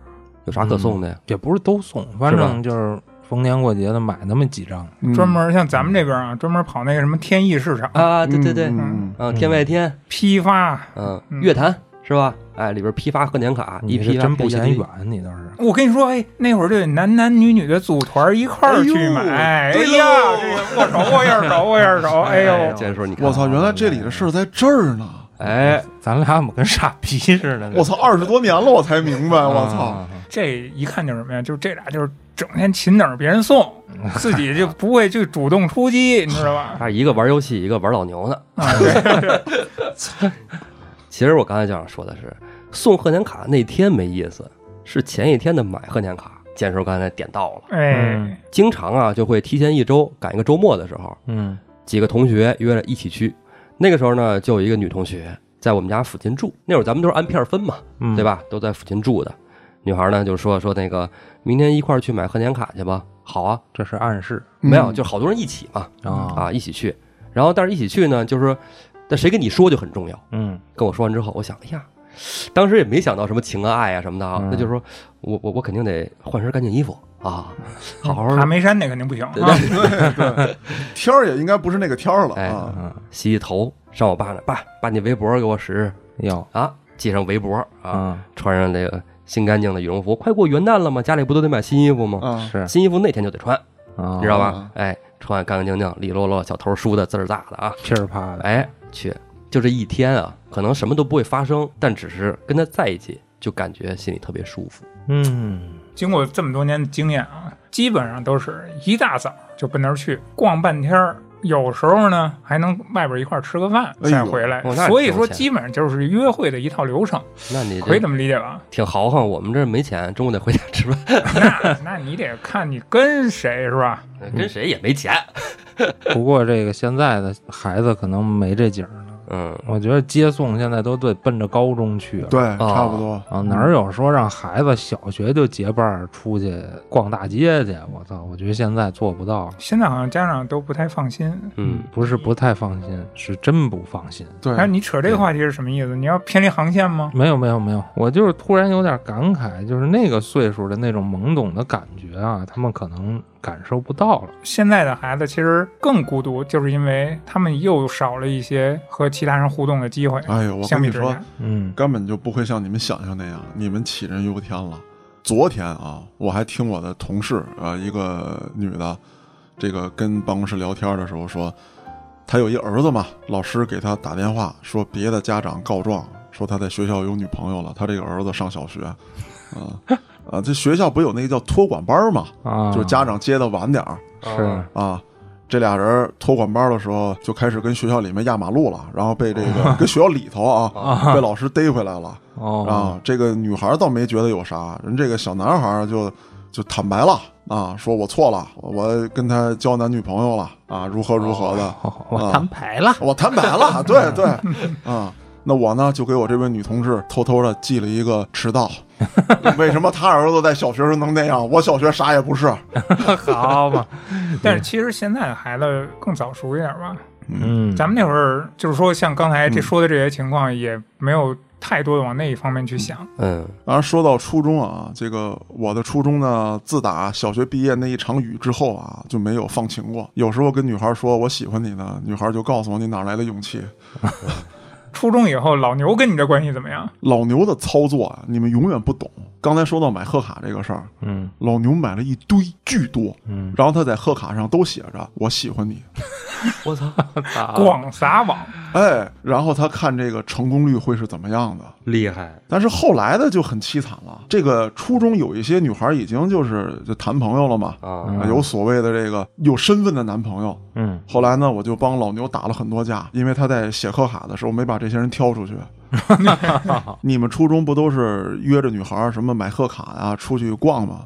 S3: 有啥可
S4: 嗯
S3: 送的呀？
S4: 也不是都送，反正就是逢年过节的买那么几张。
S1: 嗯
S2: 专门像咱们这边啊，专门跑那个什么天意市场
S3: 啊，对对对，
S1: 嗯
S3: 嗯、
S1: 嗯
S3: 天外天，
S2: 批发。
S3: 嗯，
S2: 嗯
S3: 乐坛是吧？哎，里边批发贺年卡，一
S4: 你
S3: 批
S4: 是
S3: 发
S4: 真不
S3: 一
S4: 嫌
S3: 堆
S4: 远，你倒是。
S2: 我跟你说，哎，那会儿就得男男女女的组团一块儿去买，
S3: 哎
S2: 哎
S3: 呦
S2: 呀，这个握手握眼手握眼手，哎呦，
S3: 这时候你看
S1: 我，操，原来这里的事儿在这儿呢！
S3: 哎，
S4: 咱俩怎么跟傻逼似的呢？
S1: 我操，二十多年了我才明白，
S4: 啊！
S1: 我操，
S2: 这一看就是什么呀？就是这俩就是整天勤等着别人 送，自己就不会去主动出击，你知道吧？
S3: 他啊一个玩游戏，一个玩老牛呢。
S2: 啊， 对对
S3: 其实我刚才就想说的是，送贺年卡那天没意思，是前一天的买贺年卡。建叔刚才点到了，
S4: 嗯
S2: 哎，
S3: 经常啊就会提前一周赶一个周末的时候，
S4: 嗯
S3: 几个同学约了一起去。那个时候呢，就有一个女同学在我们家附近住。那会儿咱们都是按片儿分嘛，
S4: 嗯，
S3: 对？吧？都在附近住的。女孩呢就说说那个明天一块儿去买贺年卡去吧。好啊，
S4: 这是暗示
S1: 嗯
S3: 没 有，就好多人一起嘛，
S4: 啊，
S3: 啊，一起去。然后但是一起去呢，就是但谁跟你说就很重要。
S4: 嗯
S3: 跟我说完之后，我想，哎呀，当时也没想到什么情啊爱啊什么的啊，
S4: 嗯
S3: 那就是说我我我肯定得换身干净衣服啊，
S4: 嗯
S3: 好好
S2: 爬眉山那肯定不行
S3: 对
S2: 啊
S3: 对，
S1: 天儿也应该不是那个天儿了
S3: 哎
S1: 啊。
S4: 嗯，
S3: 洗洗头，上我爸那，爸把你围脖给我使使
S4: 要
S3: 啊，系上围脖啊，
S4: 啊
S3: 穿上这个新干净的羽绒服。快过元旦了嘛，家里不都得买新衣服吗？
S1: 啊，
S4: 是
S3: 新衣服那天就得穿，
S4: 啊，
S3: 你知道吧
S1: 啊？
S3: 哎，穿干干净净、利落落，小头梳的滋儿大的啊！
S4: 噼里啪啦的，
S3: 哎，去，就这一天啊，可能什么都不会发生，但只是跟他在一起，就感觉心里特别舒服。
S4: 嗯，
S2: 经过这么多年的经验啊，基本上都是一大早就奔那儿去逛半天儿，有时候呢还能外边一块儿吃个饭
S1: 哎呦
S2: 再回来，
S3: 哦那
S2: 所以
S3: 挺有
S2: 说
S3: 钱
S2: 基本上就是约会的一套流程，
S3: 那你
S2: 可以
S3: 这
S2: 这么理解吧？
S3: 挺豪横，我们这没钱，中午得回家吃饭，
S2: 那那你得看你跟谁是吧？
S3: 跟谁也没 钱。
S4: 不过这个现在的孩子可能没这景儿了，
S3: 嗯，
S4: 我觉得接送现在都得奔着高中去了。
S1: 对，差不多。
S4: 啊，哪儿有说让孩子小学就结伴儿出去逛大街去？我操！我觉得现在做不到，
S2: 现在好像家长都不太放心。
S3: 嗯，
S4: 不是不太放心，是真不放心。
S1: 对
S2: 哎，，你扯这个话题是什么意思？你要偏离航线吗？
S4: 没有没有没有，我就是突然有点感慨，就是那个岁数的那种懵懂的感觉啊，他们可能感受不到了。
S2: 现在的孩子其实更孤独，就是因为他们又少了一些和其他人互动的机会。
S1: 哎呦，我
S2: 相
S1: 跟
S2: 比
S1: 你
S2: 之
S1: 说
S2: 下，，
S4: 嗯
S1: 根本就不会像你们想象那样，你们杞人忧天了。昨天啊，我还听我的同事啊、呃一个女的，这个跟办公室聊天的时候说，她有一儿子嘛，老师给她打电话说别的家长告状，说她在学校有女朋友了，她这个儿子上小学，啊、啊，这学校不有那个叫托管班儿嘛，
S4: 啊，
S1: 就是家长接的晚点儿，
S4: 是
S1: 啊，这俩人托管班的时候就开始跟学校里面压马路了，然后被这 个跟学校里头啊，被老师逮回来了
S4: 哦，
S1: 啊。这个女孩倒没觉得有啥，人这个小男孩就就坦白了啊，说我错了，我跟他交男女朋友了啊，如何如何的，啊
S4: 好哦我摊牌了。
S1: 我坦白了， 对对啊。那我呢，就给我这位女同事偷偷的记了一个迟 到。为什么他儿子在小学时候能那样，我小学啥也不是？
S4: 好嘛，
S2: 但是其实现在的孩子更早熟一点吧。
S4: 嗯，
S2: 咱们那会儿就是说，像刚才这说的这些情况，也没有太多的往那一方面去想。
S3: 嗯，
S1: 当然，说到初中啊，这个我的初中呢，自打小学毕业那一场雨之后啊，就没有放晴过。有时候跟女孩说我喜欢你呢，女孩就告诉我你哪来的勇气。
S2: 初中以后，老牛跟你的关系怎么样？
S1: 老牛的操作啊，你们永远不懂。刚才说到买贺卡这个事儿，
S4: 嗯
S1: 老牛买了一堆，巨多，
S4: 嗯，
S1: 然后他在贺卡上都写着我喜欢你，
S3: 我操，
S4: 啊
S2: 广撒 网，
S1: 哎，然后他看这个成功率会是怎么样的。
S3: 厉害，
S1: 但是后来的就很凄惨了，这个初中有一些女孩已经就是就谈朋友了嘛，
S3: 啊
S4: 嗯，
S1: 有所谓的这个有身份的男朋友。
S4: 嗯
S1: 后来呢，我就帮老牛打了很多架，因为他在写贺卡的时候没把这些人挑 出去。你们初中不都是约着女孩儿什么买贺卡啊，出去逛吗？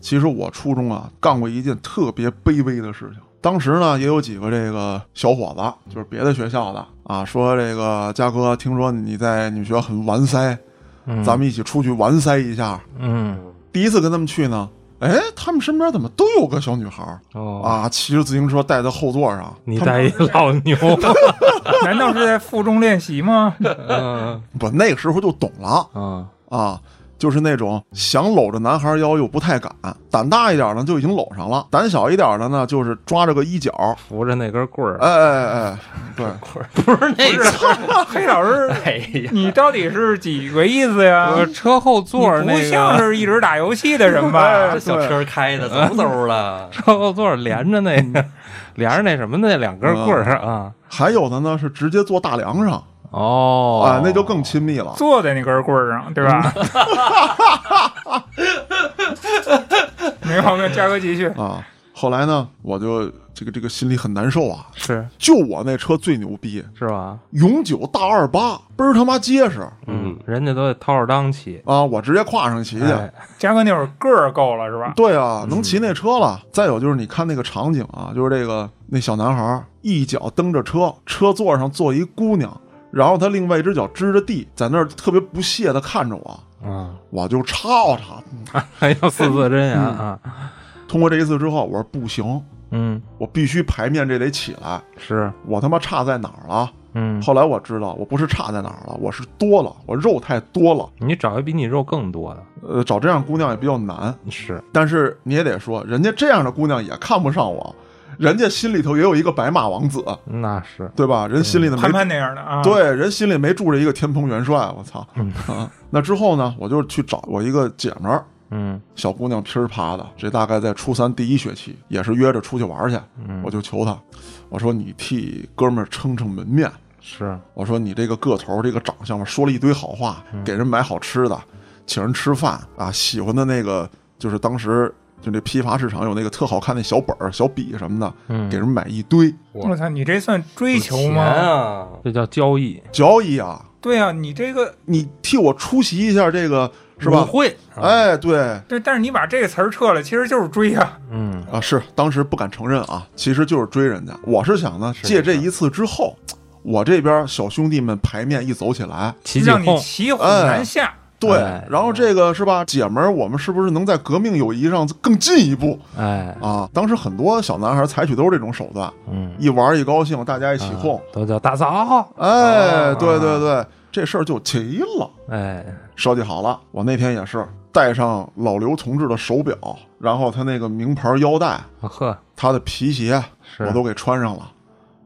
S1: 其实我初中啊干过一件特别卑微的事情。当时呢，也有几个这个小伙子，就是别的学校的啊，说这个嘉哥，听说你在女学很玩塞，
S4: 嗯
S1: 咱们一起出去玩塞一下。
S4: 嗯
S1: 第一次跟他们去呢，哎，他们身边怎么都有个小女孩儿
S4: 哦，
S1: 啊？骑着自行车带在后座上，
S4: 你
S1: 他们
S4: 带一老牛，
S2: 难道是在腹中练习吗？
S4: 嗯
S1: 不那个时候就懂了
S4: 嗯
S1: 啊，就是那种想搂着男孩腰又不太敢，胆大一点呢就已经搂上了，胆小一点的呢就是抓着个衣角，
S4: 扶着那根棍儿，
S1: 哎哎哎，对，
S3: 不是那个，
S2: 黑老师，
S3: 哎呀，
S2: 你到底是几个意思呀？
S4: 呃车后座儿
S2: 你不
S4: 那
S2: 像
S4: 个哎
S2: 是一直打游戏的人吧
S3: 这？小车开的走走 了，
S4: 车后座儿 连着那个连着那什么那两根棍儿啊，
S1: 还有的呢是直接坐大梁上
S4: 哦
S1: 啊，那就更亲密了。
S2: 坐在那根棍儿上，对 吧？没毛病，加哥继续。
S1: 啊。后来呢，我就这个这个心里很难受啊。
S4: 是
S1: 就我那车最牛逼，
S4: 是吧？
S1: 永久大二八，倍儿他妈结实
S3: 嗯，
S4: 人家都得掏耳当起，
S1: 啊！我直接跨上骑去。
S4: 哎
S2: 加哥那会儿个儿够了是吧？
S1: 对啊，能骑那车了。再有就是你看那个场景啊，就是这个那小男孩儿一脚蹬着车，车座上坐一姑娘，然后他另外一只脚支着地，在那儿特别不屑的看着我，
S4: 啊，
S1: 我就抄他。
S4: 还要四字真言啊，
S1: 通过这一次之后，我说不行，
S4: 嗯，
S1: 我必须牌面这得起来。
S4: 是，
S1: 我他妈差在哪儿了？
S4: 嗯，
S1: 后来我知道，我不是差在哪儿了，我是多了，我肉太多了。
S4: 你找一比你肉更多的，
S1: 呃，找这样姑娘也比较难，
S4: 是，
S1: 但是你也得说，人家这样的姑娘也看不上我，人家心里头也有一个白马王子，
S4: 那是，
S1: 对吧？人心里头
S4: 嗯
S1: 没、
S2: 潘潘那样的啊，，
S1: 对，人心里没住着一个天蓬元帅，我操、
S4: 嗯
S1: 啊！那之后呢，我就去找我一个姐们儿，
S4: 嗯
S1: 小姑娘噼儿啪的，这大概在初三第一学期，也是约着出去玩去，
S4: 嗯，
S1: 我就求她，我说你替哥们儿撑撑门面，
S4: 是，
S1: 我说你这个个头，这个长相，说了一堆好话，
S4: 嗯
S1: 给人买好吃的，请人吃饭啊，喜欢的那个就是当时就那批发市场有那个特好看的小本儿、小笔什么的，
S4: 嗯
S1: 给，人买一堆
S2: 我操，你这算追求
S3: 钱
S2: 吗？
S3: 啊，
S4: 这叫交易，
S1: 交易啊！
S2: 对啊，你这个
S1: 你替我出席一下这个是吧？
S4: 会，
S1: 哎，对
S2: 对，但是你把这个词儿撤了，其实就是追啊。
S4: 嗯
S1: 啊，是当时不敢承认啊，其实就是追人家。我是想呢，借这一次之后，我这边小兄弟们牌面一走起来，，
S4: 起起
S2: 让你
S4: 哄，
S2: 骑虎难下。
S1: 对，
S4: 哎
S1: 然后这个是吧，姐们儿，我们是不是能在革命友谊上更进一步？
S4: 哎，
S1: 啊，当时很多小男孩采取都是这种手段，
S4: 嗯，
S1: 一玩一高兴，大家一起哄
S4: 啊，都叫大嫂，
S1: 哎，对对对，这事儿就齐了。
S4: 啊哎，
S1: 设计好了，我那天也是戴上老刘同志的手表，然后他那个名牌腰带，
S4: 呵，
S1: 他的皮鞋，
S4: 是
S1: 我都给穿上了。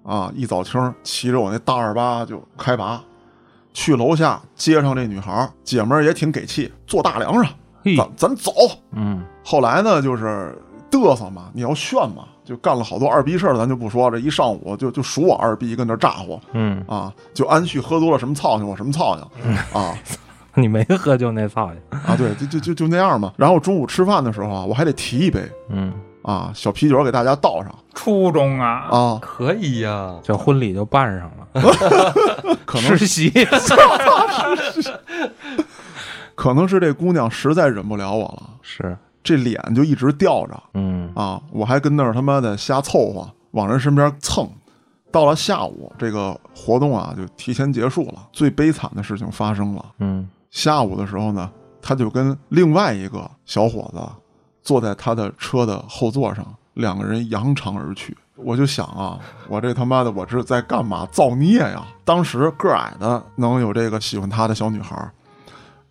S1: 啊，一早清儿骑着我那大二八就开拔，去楼下接上这女孩儿，姐们儿也挺给气，坐大梁上，
S4: 嘿，
S1: 咱咱走，
S4: 嗯
S1: 后来呢，就是嘚瑟嘛，你要炫嘛，就干了好多二逼事儿，咱就不说了。这一上午就就数我二逼，跟那咋呼
S4: 嗯，
S1: 啊，就安旭喝多了什么操性我什么操性啊
S4: 你没喝就那操去，
S1: 啊，对，就就就就那样嘛。然后中午吃饭的时候啊，我还得提一杯
S4: 嗯，
S1: 啊，小啤酒给大家倒上
S2: 初中啊，
S1: 啊，
S3: 可以呀，
S4: 这婚礼就办上了，
S1: 可能
S4: 实习，
S1: 可能是这姑娘实在忍不了我了，
S4: 是，
S1: 这脸就一直吊着
S4: 嗯
S1: 啊，我还跟那儿他妈的瞎凑合，往人身边蹭。到了下午，这个活动啊就提前结束了。最悲惨的事情发生了，
S4: 嗯，
S1: 下午的时候呢，他就跟另外一个小伙子坐在他的车的后座上，两个人扬长而去。我就想啊，我这他妈的我这是在干嘛造孽呀？当时个儿矮的能有这个喜欢他的小女孩儿，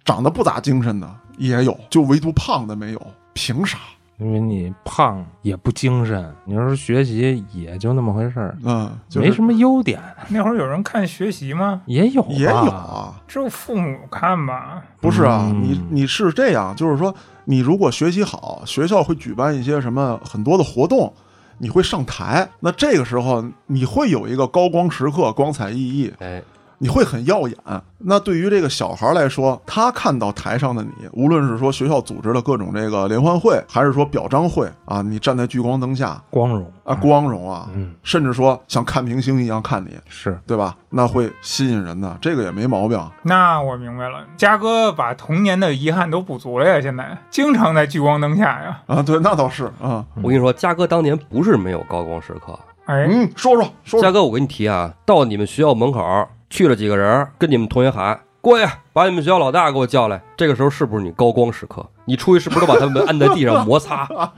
S1: 长得不咋精神的也有，就唯独胖的没有，凭啥？
S4: 因为你胖也不精神，你要是学习也就那么回事儿，
S1: 嗯，就是、
S4: 没什么优点，
S2: 那会儿有人看学习吗？
S4: 也有
S1: 也有
S4: 吧，
S1: 啊，
S2: 只有父母看吧。
S1: 不是啊，
S4: 嗯
S1: 你你是这样，就是说，你如果学习好，学校会举办一些什么很多的活动，你会上台，那这个时候你会有一个高光时刻，光彩熠熠，
S3: 哎，
S1: 你会很耀眼。那对于这个小孩来说，他看到台上的你，无论是说学校组织的各种这个联欢会，还是说表彰会啊，你站在聚光灯下
S4: 光荣
S1: 啊，，光荣啊，
S4: 嗯，
S1: 甚至说像看明星一样看你，
S4: 是，
S1: 对吧？那会吸引人的，这个也没毛病。
S2: 那我明白了，嘉哥把童年的遗憾都补足了呀，现在经常在聚光灯下呀。
S1: 啊，对，那倒是啊，
S3: 我跟你说，嘉哥当年不是没有高光时刻，
S2: 哎，
S1: 嗯，说说说说
S3: 嘉哥，我给你提啊，到你们学校门口去了几个人，跟你们同学喊过去把你们学校老大给我叫来。”这个时候是不是你高光时刻？你出去是不是都把他们按在地上摩擦？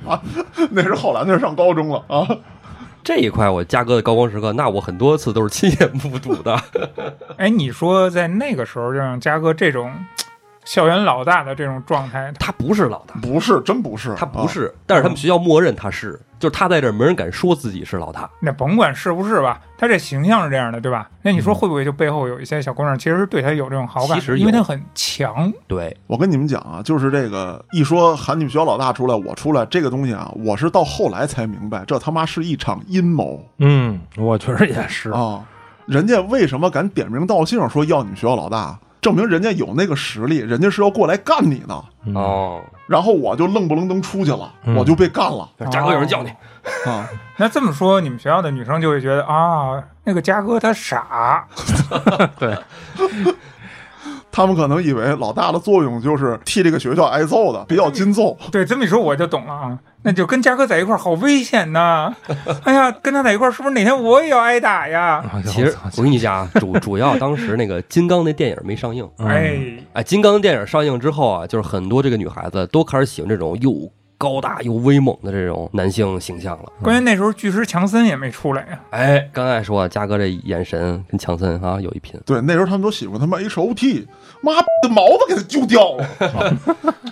S1: 那是后来，那是上高中了啊。
S3: 这一块我嘉哥的高光时刻，那我很多次都是亲眼目睹的。
S2: 哎，你说在那个时候，就像嘉哥这种校园老大的这种状态，
S3: 他不是老大，啊
S1: 不是，真不是，啊
S3: 他不是，但是他们学校默认他是，就是他在这儿没人敢说自己是老大。
S2: 那甭管是不是吧，他这形象是这样的，对吧？那你说会不会就背后有一些小姑娘其实对他有这种好感
S3: 嗯其实，有
S2: 因为他很强，
S3: 对，
S1: 我跟你们讲啊，就是这个一说喊你们学校老大出来，我出来这个东西啊，我是到后来才明白，这他妈是一场阴谋
S4: 嗯，我觉得也是，
S1: 啊！人家为什么敢点名道姓说要你们学校老大？证明人家有那个实力，人家是要过来干你的。
S4: 嗯
S3: 哦，
S1: 然后我就愣不愣登出去了，
S4: 嗯
S1: 我就被干了
S3: 嘉哥有人叫你，
S1: 啊！
S2: 哦那这么说，你们学校的女生就会觉得啊，那个嘉哥他傻，
S4: 对，
S1: 他们可能以为老大的作用就是替这个学校挨揍的，比较筋揍。
S2: 对，这么一说我就懂了啊。那就跟嘉哥在一块儿好危险 呐！哎呀，跟他在一块儿是不是哪天我也要挨打呀？
S4: 哎呦
S3: 其实
S4: 我操
S3: 我跟你讲啊，主 主要当时那个金刚那电影没上映，
S4: 嗯
S2: 哎，
S3: 哎，金刚电影上映之后啊，就是很多这个女孩子都开始喜欢这种又高大又威猛的这种男性形象了。
S2: 关键那时候巨石强森也没出来呀、
S3: 哎，刚才说啊，嘉哥这眼神跟强森啊有一拼。
S1: 对，那时候他们都喜欢他妈 H O T，妈的毛都给他揪掉了。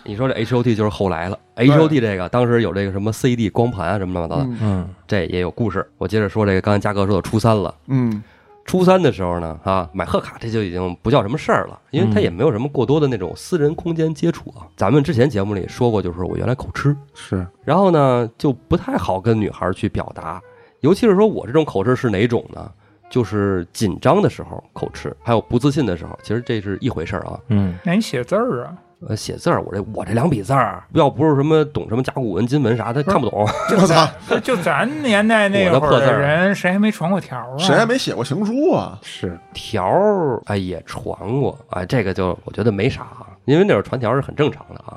S3: 你说这 H O T 就是后来了，H O T 这个当时有这个什么 C D 光盘啊什么乱七八糟的，
S1: 嗯
S4: 嗯
S3: 这也有故事。我接着说这个，刚才嘉哥说的初三了。
S1: 嗯，
S3: 初三的时候呢，啊，买贺卡这就已经不叫什么事儿了，因为他也没有什么过多的那种私人空间接触啊。咱们之前节目里说过，就是我原来口吃，
S4: 是，
S3: 然后呢就不太好跟女孩去表达，尤其是说我这种口吃是哪种呢？就是紧张的时候口吃，还有不自信的时候，其实这是一回事儿啊。
S4: 嗯
S2: 那你写字儿啊？
S3: 呃，写字儿，我这我这两笔字儿，要不是什么懂什么甲骨文、金文啥的，看不懂。
S1: 我操，
S2: 就 就咱年代那
S3: 我的
S2: 会
S3: 破
S2: 儿
S3: 字儿
S2: 的人，谁还没传过条啊？
S1: 谁还没写过情书啊？
S4: 是，
S3: 条儿哎也传过，哎这个就我觉得没啥啊，因为那会儿传条是很正常的啊。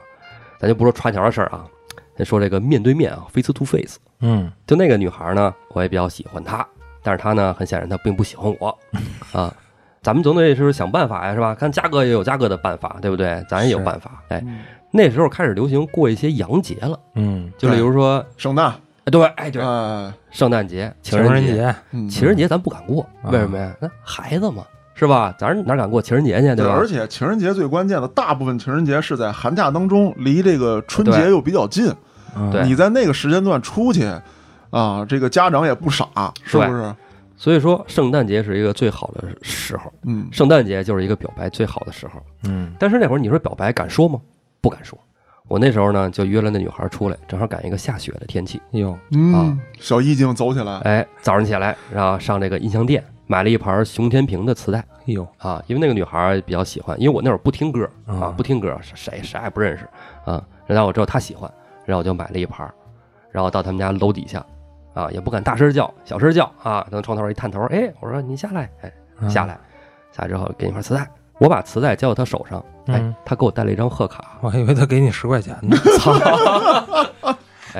S3: 咱就不说传条的事儿啊，咱说这个面对面啊，face to face。
S4: 嗯
S3: 就那个女孩呢，我也比较喜欢她，但是她呢，很显然她并不喜欢我啊。咱们总得是想办法呀，是吧？看嘉哥也有嘉哥的办法，对不对？咱也有
S4: 是
S3: 办法。哎，那时候开始流行过一些洋节了，
S4: 嗯，
S3: 就
S1: 对
S3: 比如说，
S1: 圣诞，
S3: 哎对，哎对，
S1: 哎，
S3: 圣诞节、情
S4: 情人
S3: 节，
S4: 节，
S1: 嗯
S3: 情人节咱不敢过，
S4: 啊
S3: 为什么呀？那孩子嘛，是吧？咱哪敢过情人节去，
S1: 对，
S3: 吧
S1: 而？且情人节最关键的，大部分情人节是在寒假当中，离这个春
S3: 对
S1: 节又比较近。
S4: 嗯
S3: 对
S1: 你在那个时间段出去，啊，这个家长也不傻，是不是？
S3: 所以说，圣诞节是一个最好的时候，
S1: 嗯，
S3: 圣诞节就是一个表白最好的时候。
S4: 嗯
S3: 但是那会儿你说表白敢说吗？不敢说。我那时候呢，就约了那女孩出来，正好赶一个下雪的天气。
S4: 哟，
S1: 嗯
S3: 啊，
S1: 小意境走起来，
S3: 哎，早上起来，然后上这个音像店买了一盘熊天平的磁带
S4: 哟，
S3: 啊，因为那个女孩比较喜欢，因为我那会儿不听歌啊
S4: 啊，
S3: 不听歌，谁谁也不认识啊。然后我知道她喜欢，然后我就买了一盘，然后到他们家楼底下，啊，也不敢大声叫，小声叫啊，从窗头一探头，哎，我说你下来，哎，
S4: 嗯
S3: 下，来，下来之后给你块磁带，我把磁带交到他手上，哎
S4: 嗯，
S3: 他给我带了一张贺卡，
S4: 我还以为他给你十块钱呢，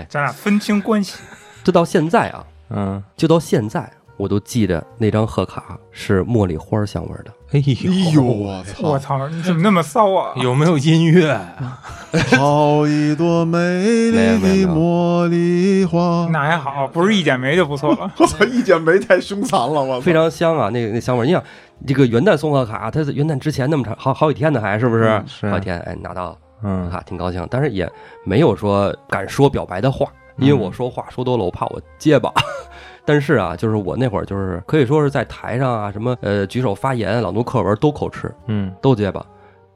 S2: 咱俩分清关系。
S3: 就到现在啊，
S4: 嗯，
S3: 就到现在，我都记着那张贺卡是茉莉花香味儿的。
S4: 哎
S1: 哎
S4: 呦，
S1: 呦，我操
S2: 我！操，你怎么那么骚啊？
S4: 有没有音乐啊？
S1: 好一朵美丽
S3: 没
S1: 的
S3: 有没有没有
S1: 茉莉花，
S2: 那还好，不是一剪梅就不错了。
S1: 我操，一剪梅太凶残了，我操
S3: 非！常香啊，那个那香味儿。你想，这个元旦送贺卡，它是元旦之前那么长，好好几天呢，还是不是？
S4: 嗯是
S3: 好几天，哎，拿到贺
S4: 嗯，
S3: 卡挺高兴，但是也没有说敢说表白的话，因为我说话说多了，我怕我结巴。 但是啊，就是我那会儿就是可以说是在台上啊，什么呃举手发言、朗读课文都口吃，
S4: 嗯
S3: 都结巴。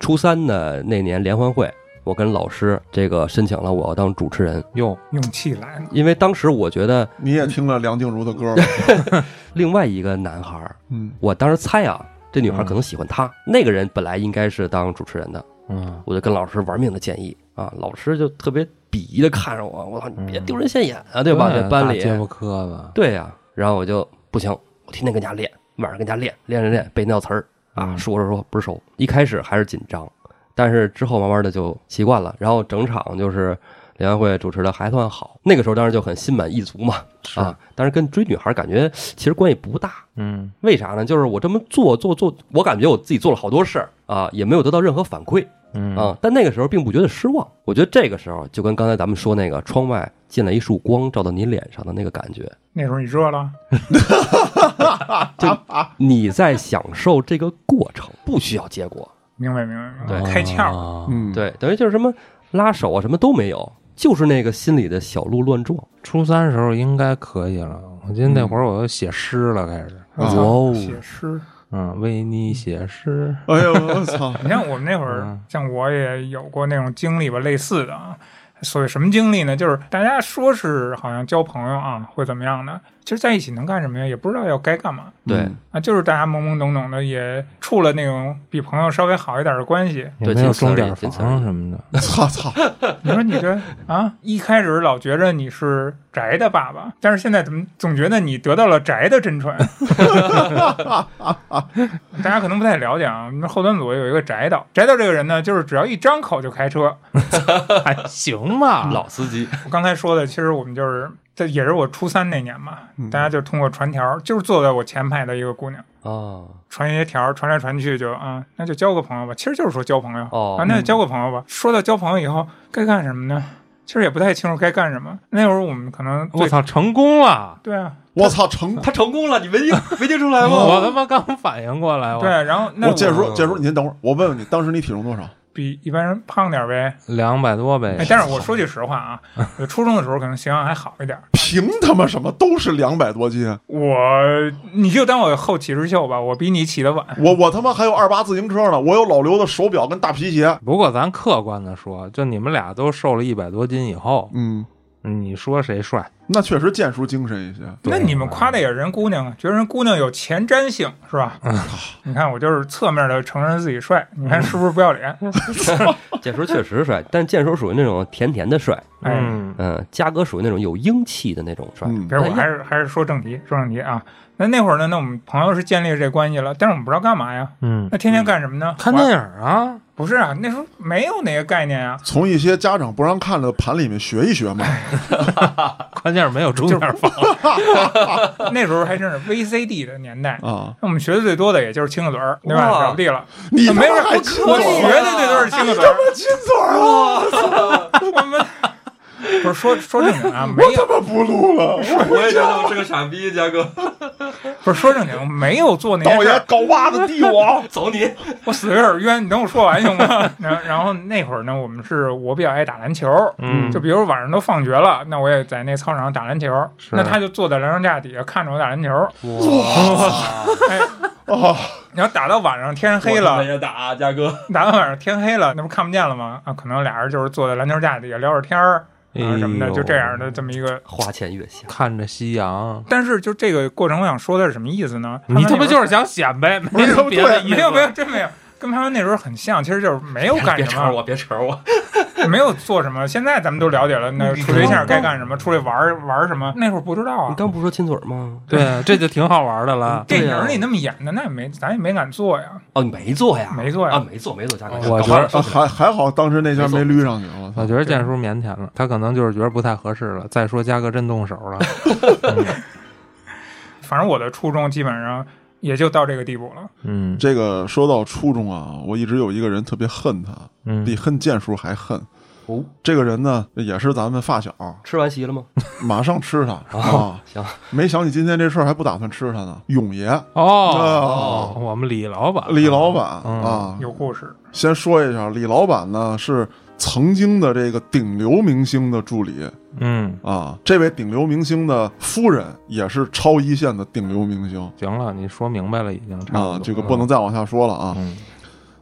S3: 初三的那年联欢会，我跟老师这个申请了我要当主持人，
S4: 哟，
S2: 勇气来了，
S3: 因为当时我觉得
S1: 你也听了梁静茹的歌，
S3: 另外一个男孩儿
S1: 嗯，
S3: 我当时猜啊，这女孩可能喜欢他。那个人本来应该是当主持人的，
S4: 嗯
S3: 我就跟老师玩命的建议啊，老师就特别鄙夷的看着我，我操，你别
S4: 嗯
S3: 丢人现眼啊，对吧？
S4: 对
S3: 在班
S4: 大
S3: 里，
S4: 结巴磕子，
S3: 对呀、然后我就不行，我天天跟家练，晚上跟家练，练着练背那套词儿啊，
S4: 嗯
S3: 说着说不是熟，一开始还是紧张，但是之后慢慢的就习惯了，然后整场就是联欢会主持的还算好。那个时候当然就很心满意足嘛，
S4: 嗯是
S3: 啊，但是跟追女孩感觉其实关系不大。
S4: 嗯
S3: 为啥呢？就是我这么做做做，我感觉我自己做了好多事儿啊，也没有得到任何反馈
S4: 嗯
S3: 啊。但那个时候并不觉得失望，我觉得这个时候就跟刚才咱们说那个窗外进来一束光照到你脸上的那个感觉，
S2: 那时候你热了，
S3: 你在享受这个过程， 不需要结果。
S2: 明白明白明
S3: 对哦
S2: 白，开窍了，
S4: 啊
S1: 嗯，，
S3: 对，等于就是什么拉手啊，什么都没有，就是那个心里的小鹿乱撞。
S4: 初三时候应该可以了，我记得那会儿我都写诗了，开始，
S2: 我
S1: 哇
S2: 操
S3: 哦
S2: 写诗。
S4: 嗯，为你写诗，
S1: 哎呦我操，
S2: 你像我们那会儿
S4: 嗯，
S2: 像我也有过那种经历吧，类似的啊。所谓什么经历呢？就是大家说是好像交朋友啊，会怎么样呢？其实在一起能干什么呀？也不知道要该干嘛
S3: 对
S1: 嗯
S2: 啊，就是大家懵懵懂懂的，也处了那种比朋友稍微好一点的关系。
S4: 也
S3: 对
S4: 没
S3: 仅
S4: 有
S3: 此而
S4: 钟
S3: 已
S4: 点
S3: 仅此而
S4: 房
S3: 已
S4: 什么的，
S1: 操操，
S2: 你说你这啊，一开始老觉着你是宅的爸爸，但是现在怎么总觉得你得到了宅的真传？ 大家可能不太了解啊，我们后端组有一个宅导，宅导这个人呢，就是只要一张口就开车。
S4: 还 行吧，
S3: 老司机，
S2: 我刚才说的，其实我们就是这也是我初三那年嘛
S1: 嗯，
S2: 大家就通过传条，就是坐在我前排的一个姑娘。
S3: 啊，
S2: 传一些条，传来传去就啊、那就交个朋友吧。其实就是说交朋友、
S3: 哦
S2: 啊，那就交个朋友吧。说到交朋友以后，该干什么呢？其实也不太清楚该干什么。那会儿我们可能
S4: 我
S2: 对
S4: 操，成功了！
S2: 对啊，
S1: 我操成。
S3: 他成功了，你没听没听出来
S4: 我他妈刚反应过来，我
S2: 对啊，然后那
S1: 我建叔，
S3: 我
S1: 建叔，你先等会儿，我问问你，当时你体重多少？
S2: 比一般人胖点儿呗。
S4: 两百多呗
S2: 哎，，但是我说句实话啊，我初中的时候可能形象还好一点儿。
S1: 凭他妈什么？都是两百多斤，
S2: 我你就当我后起之秀吧，我比你起得晚。
S1: 我我他妈还有二八自行车呢，我有老刘的手表跟大皮鞋。
S4: 不过咱客观的说，就你们俩都瘦了一百多斤以后，
S1: 嗯，
S4: 你说谁帅？
S1: 那确实建叔精神一些。
S4: 对
S2: 那你们夸的也是人姑娘啊，觉得人姑娘有前瞻性是吧？你看我就是侧面的承认自己帅，你看是不是不要脸？
S3: 建叔确实帅， 但是建叔属于那种甜甜的帅，
S2: 哎，
S4: 嗯，
S3: 嗯，嘉哥属于那种有英气的那种帅。
S1: 嗯
S2: 比，如我
S3: 那
S2: 还是还是说正题，说正题啊。那那会儿呢，那我们朋友是建立了这关系了，但是我们不知道干嘛呀。
S4: 嗯，
S2: 那天天干什么呢？
S4: 看
S2: 玩
S4: 电影啊，
S2: 不是啊，那时候没有那个概念啊。
S1: 从一些家长不让看的盘里面学一学嘛。
S2: 哎
S4: 关键是没有钟点房，
S2: 那时候还真是 VCD 的年代，
S1: 啊，
S2: 那我们学的最多的也就是亲个嘴儿，对吧？
S3: 哇
S2: 表弟了，
S1: 你他
S2: 没有
S1: 妈
S2: 人
S1: 还
S2: 我
S1: 亲
S2: 我
S1: 嘴
S2: 学
S1: 儿啊
S2: 的最多是亲个 嘴儿，
S1: 亲嘴儿啊了，
S2: 我们不是说说正 经啊，没
S1: 我
S2: 有
S1: 他妈不录了。
S3: 我也觉得我是个傻逼，嘉 哥，
S2: 不是说正经，没有做那
S1: 导
S2: 些事
S1: 演
S2: 儿，
S1: 搞袜子帝 王，
S3: 走你！
S2: 我死有点冤，你等我说完行 吗？然后然后那会儿呢，我们是我比较爱打篮球，
S4: 嗯
S2: 就比如晚上都放学了，那我也在那操场打篮球，
S4: 是
S2: 那他就坐在篮球架底下看着我打篮球，哎，
S4: 哦
S1: 啊，
S2: 然后打到晚上天黑
S3: 我他妈
S2: 了，
S3: 也打啊嘉哥，
S2: 打到晚上天黑了，那不看不见了吗？啊，可能俩人就是坐在篮球架底下聊会儿天儿啊什么
S4: 哎
S2: 的，
S4: 呦
S2: 就这样的这么一个。
S3: 花前月下，
S4: 看着夕阳，
S2: 但是就这个过程，我想说的是什么意思呢？
S4: 你他
S2: 那时
S4: 妈
S2: 候
S4: 就是想显 摆，没
S1: 是
S4: 有别的意思，
S2: 没有没有真没有。跟他们那时候很像，其实就是没有干
S3: 别
S2: 什
S3: 扯
S2: 么，
S3: 我，别扯我。
S2: 没有做什么。现在咱们都了解了，那处对象该干什么，出来玩儿玩儿什么，那会儿不知道啊
S3: 你。刚不是说亲嘴吗？
S4: 对，这就挺好玩的了。
S2: 电
S3: 对啊
S2: 影里那么演的，那也没，咱也没敢做呀。
S3: 哦，你没做呀？
S2: 没做呀
S3: 啊，没做，没做，嘉哥。
S4: 我觉得
S1: 啊还还好，当时那家没捋上去，我
S4: 我
S1: 操！
S4: 觉得建叔腼腆了，他可能就是觉得不太合适了。再说嘉哥真动手 了，
S2: 反正我的初中基本上也就到这个地步了。
S4: 嗯
S1: 这个说到初中啊，我一直有一个人特别恨他，
S4: 嗯
S1: 比恨剑叔还恨。
S3: 哦，
S1: 这个人呢，也是咱们发小，
S3: 吃完席了吗？
S1: 马上吃他
S4: 哦
S1: 啊！
S3: 行，
S1: 没想起今天这事儿还不打算吃他呢。永爷，啊
S4: 哦，我们李老板，
S1: 李老板、
S4: 嗯
S1: 啊，
S2: 有故事，
S1: 先说一下，李老板呢是曾经的这个顶流明星的助理
S4: 嗯，
S1: 啊，这位顶流明星的夫人也是超一线的顶流明星
S4: 行了，你说明白了已经，差不多
S1: 啊
S4: 了，，
S1: 这个不能再往下说了啊。
S4: 嗯，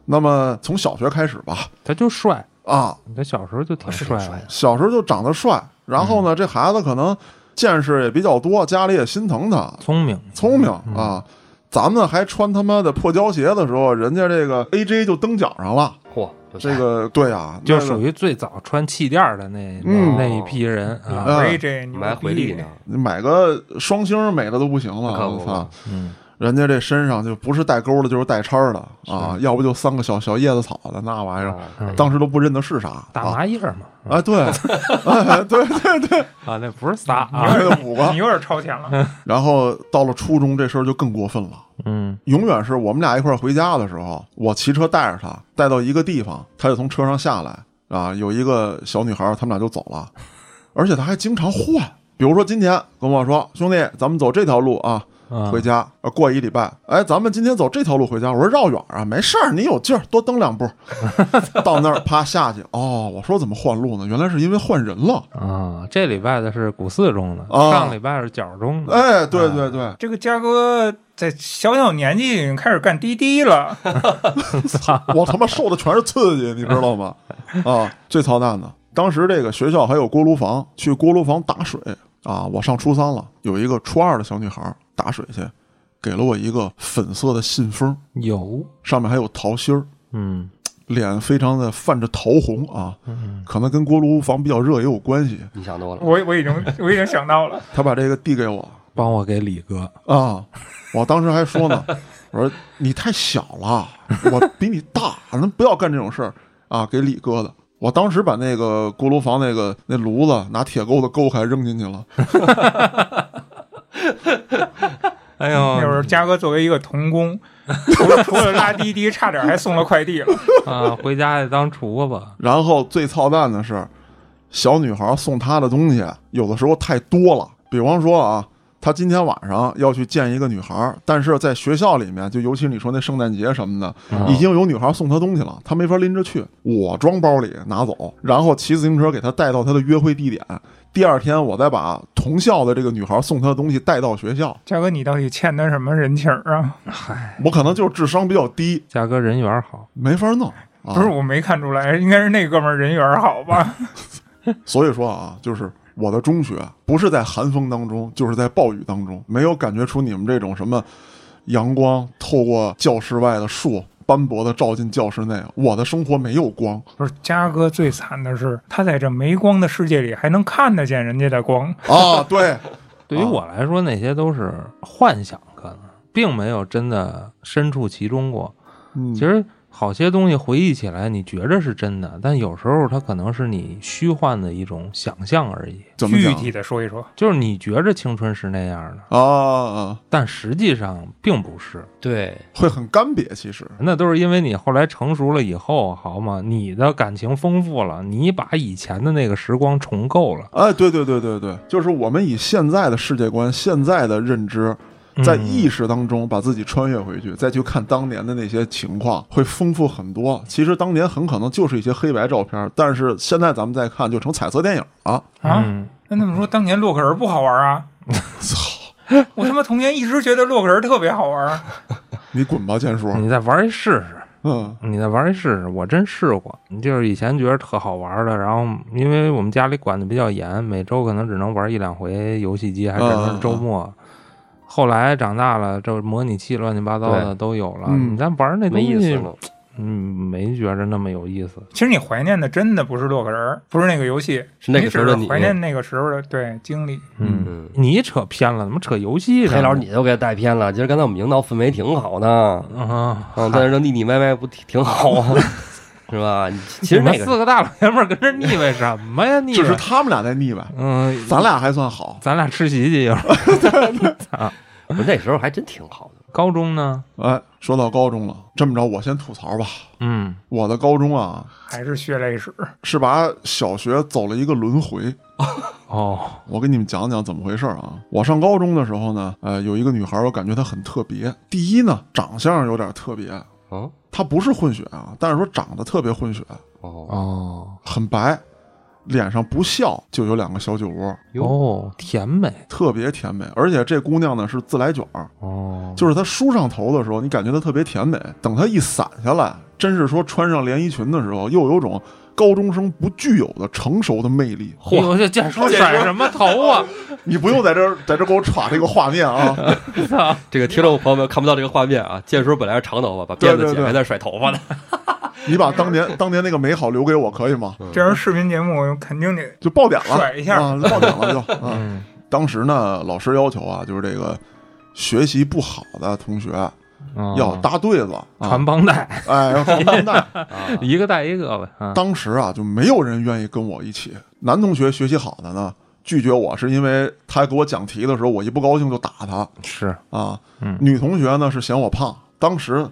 S1: 那么从小学开始吧，
S4: 他就帅，
S1: 啊，
S4: 他小时候就挺
S3: 是挺
S4: 帅啊
S3: 帅
S4: 的
S3: 的，
S1: 小时候就长得帅，然后
S4: 嗯
S1: 呢，这孩子可能见识也比较多，家里也心疼他，
S4: 聪明，
S1: 聪明
S4: 嗯
S1: 啊。咱们还穿他妈的破胶鞋的时候，人家这个 AJ 就登奖上了。
S3: 嚯，有
S1: 这个对啊，
S4: 哎就
S1: 那个
S4: 属于最早穿气垫儿的那
S1: 嗯
S4: 那一批人啊，
S1: 嗯
S2: 所以这
S3: 你
S2: 牛
S3: 们还回力
S2: 逼
S3: 呢？
S1: 你买个双星美的都不行
S3: 可
S1: 了，
S3: 不
S1: 我操！
S4: 嗯，
S1: 人家这身上就不是带钩的，就是带叉的啊，要不就三个小小叶子草的那玩意儿，
S3: 啊
S4: 嗯
S1: 当时都不认得是啥。
S4: 打
S1: 啊，
S4: 麻叶嘛，
S1: 哎， 对，哎，对对对，
S4: 啊，那不是仨 啊，
S1: 买了五个
S2: 你。有点超前了。
S1: 然后到了初中，这事儿就更过分了。
S4: 嗯
S1: 永远是我们俩一块儿回家的时候，我骑车带着她，带到一个地方，她就从车上下来啊，有一个小女孩儿，他们俩就走了，而且她还经常换，比如说今天跟我说，兄弟，咱们走这条路啊，
S4: 啊
S1: 回家，呃过一礼拜，哎，咱们今天走这条路回家，我说绕远啊，没事儿，你有劲儿，多蹬两步， 到那儿啪下去，哦，我说怎么换路呢？原来是因为换人了，
S4: 啊，这礼拜的是股四中的，
S1: 啊
S4: 上礼拜是角中的，
S1: 哎，对对对，
S2: 这个嘉哥在小小年纪已经开始干滴滴了，
S1: 我他妈受的全是刺激，你知道吗？啊，最操蛋的，当时这个学校还有锅炉房，去锅炉房打水啊。我上初三了，有一个初二的小女孩打水去，给了我一个粉色的信封，
S4: 有，
S1: 上面还有桃心儿，
S4: 嗯
S1: 脸非常的泛着桃红啊，
S4: 嗯，
S1: 可能跟锅炉房比较热也有关系。
S3: 你想多了，
S2: 我我已经我已经想到了，
S1: 她把这个递给我
S4: 帮我给李 哥，
S1: 啊，我当时还说呢，我说你太小了，我比你大，咱不要干这种事儿啊，给李哥的。我当时把那个锅炉房那个那炉子拿铁钩子勾开扔进去了，
S4: 哎呦，
S3: 嗯
S2: 那会儿嘉哥作为一个童工， 除了除了拉滴滴，差点还送了快递了。
S4: 啊，回家得当厨子吧，
S1: 然后最操蛋的是，小女孩送她的东西有的时候太多了，比方说啊，她今天晚上要去见一个女孩，但是在学校里面，就尤其是你说那圣诞节什么的，
S2: 啊
S1: 已经有女孩送她东西了，她没法拎着去，我装包里拿走，然后骑自行车给她带到她的约会地点。第二天，我再把同校的这个女孩送她的东西带到学校，
S2: 嘉哥，你到底欠他什么人情儿啊？
S1: 我可能就是智商比较低，
S4: 价格人缘好，
S1: 没法弄。啊、
S2: 不是，我没看出来，应该是那哥们儿人缘儿好 吧？
S1: 所以说啊，就是我的中学不是在寒风当中，就是在暴雨当中，没有感觉出你们这种什么阳光透过教室外的树斑驳的照进教室内。我的生活没有光，
S2: 不是，嘉哥最惨的是，他在这没光的世界里还能看得见人家的光。
S1: 啊，对，
S4: 对于我来说那些都是幻想，可能并没有真的身处其中过。
S1: 嗯，
S4: 其实好些东西回忆起来，你觉着是真的，但有时候它可能是你虚幻的一种想象而已。
S1: 怎么
S2: 具
S1: 讲
S2: 体的说一说，
S4: 就是你觉着青春是那样的，
S1: 啊啊，
S4: 但实际上并不是。
S3: 对，
S1: 会很干瘪。其实，
S4: 那都是因为你后来成熟了以后，好嘛，你的感情丰富了，你把以前的那个时光重构了。
S1: 哎，对对对对对，就是我们以现在的世界观、现在的认知，在
S4: 嗯
S1: 意识当中把自己穿越回去，再去看当年的那些情况，会丰富很多。其实当年很可能就是一些黑白照片，但是现在咱们再看就成彩色电影了。
S2: 啊
S4: 嗯
S2: 那那么说，当年洛克人不好玩啊？操！我他妈童年一直觉得洛克人特别好玩啊儿，
S1: 你滚吧，建叔！
S4: 你再玩一试试。
S1: 嗯
S4: 你再玩一试试，我真试过。就是以前觉得特好玩的，然后因为我们家里管的比较严，每周可能只能玩一两回游戏机，还只能是周末。后来长大了，这模拟器乱七八糟的
S3: 对
S4: 都有了，
S1: 嗯
S4: 你再玩那东
S3: 没意思
S4: 西，
S3: 了。
S4: 嗯，没觉着那么有意思。
S2: 其实你怀念的真的不是洛克人儿，不是那个游戏，
S3: 是那个时候的
S2: 只
S3: 你
S2: 是怀念那个时候的对经历。
S1: 嗯
S3: 嗯，
S4: 你扯偏了，怎么扯游戏上嗯
S3: 黑
S4: 了？
S3: 老师你都给带偏了。今儿刚才我们营造氛围挺好的，
S4: 啊，
S3: 嗯，在这腻腻歪歪不挺挺好 啊，是吧？其实
S4: 你们
S3: 那个
S4: 四个大老爷们儿跟这腻歪什么呀？腻
S1: 就
S4: 歪
S1: 是，他们俩在腻歪，
S4: 嗯，
S1: 咱俩还算好。
S4: 咱俩吃席去一会儿。
S3: 我那时候还真挺好的。
S4: 高中呢？
S1: 哎，说到高中了，这么着我先吐槽吧。
S4: 嗯，
S1: 我的高中啊，
S2: 还是血泪史，
S1: 是把小学走了一个轮回。
S4: 哦，
S1: 我给你们讲讲怎么回事儿啊。我上高中的时候呢，呃，有一个女孩儿，我感觉她很特别。第一呢，长相有点特别，
S3: 嗯，
S1: 她不是混血啊，但是说长得特别混血，
S3: 哦，
S4: 哦，
S1: 很白，脸上不笑就有两个小酒窝，
S3: 哟，
S4: 哦，甜美。
S1: 特别甜美。而且这姑娘呢是自来卷儿，
S4: 哦，
S1: 就是她梳上头的时候，你感觉她特别甜美；等她一散下来，真是说穿上连衣裙的时候，又有种高中生不具有的成熟的魅 力。
S4: 嚯！我哎这建叔甩什么头啊？
S1: 你不用在这儿在这儿给我耍这个画面啊！
S4: 操！
S3: 这个听众朋友们看不到这个画面啊，建叔本来是长头发，把辫
S1: 对对
S3: 子剪
S1: 对
S3: 还在甩头发呢。
S1: 你把当年当年那个美好留给我可以吗？
S3: 嗯
S2: 这样视频节目肯定得
S1: 就爆点了，
S2: 甩一下
S1: 啊，爆点了就。啊、
S4: 嗯
S1: 当时呢，老师要求啊，就是这个学习不好的同学要
S4: 嗯
S1: 搭对子，啊
S4: 传帮带，
S1: 哎，要传帮 带。
S3: 啊，
S4: 一个带一个呗。啊
S1: 当时啊，就没有人愿意跟我一起。男同学学习好的呢，拒绝我是因为他给我讲题的时候，我一不高兴就打他
S4: 是，
S1: 啊。
S4: 嗯，
S1: 女同学呢是嫌我胖，当时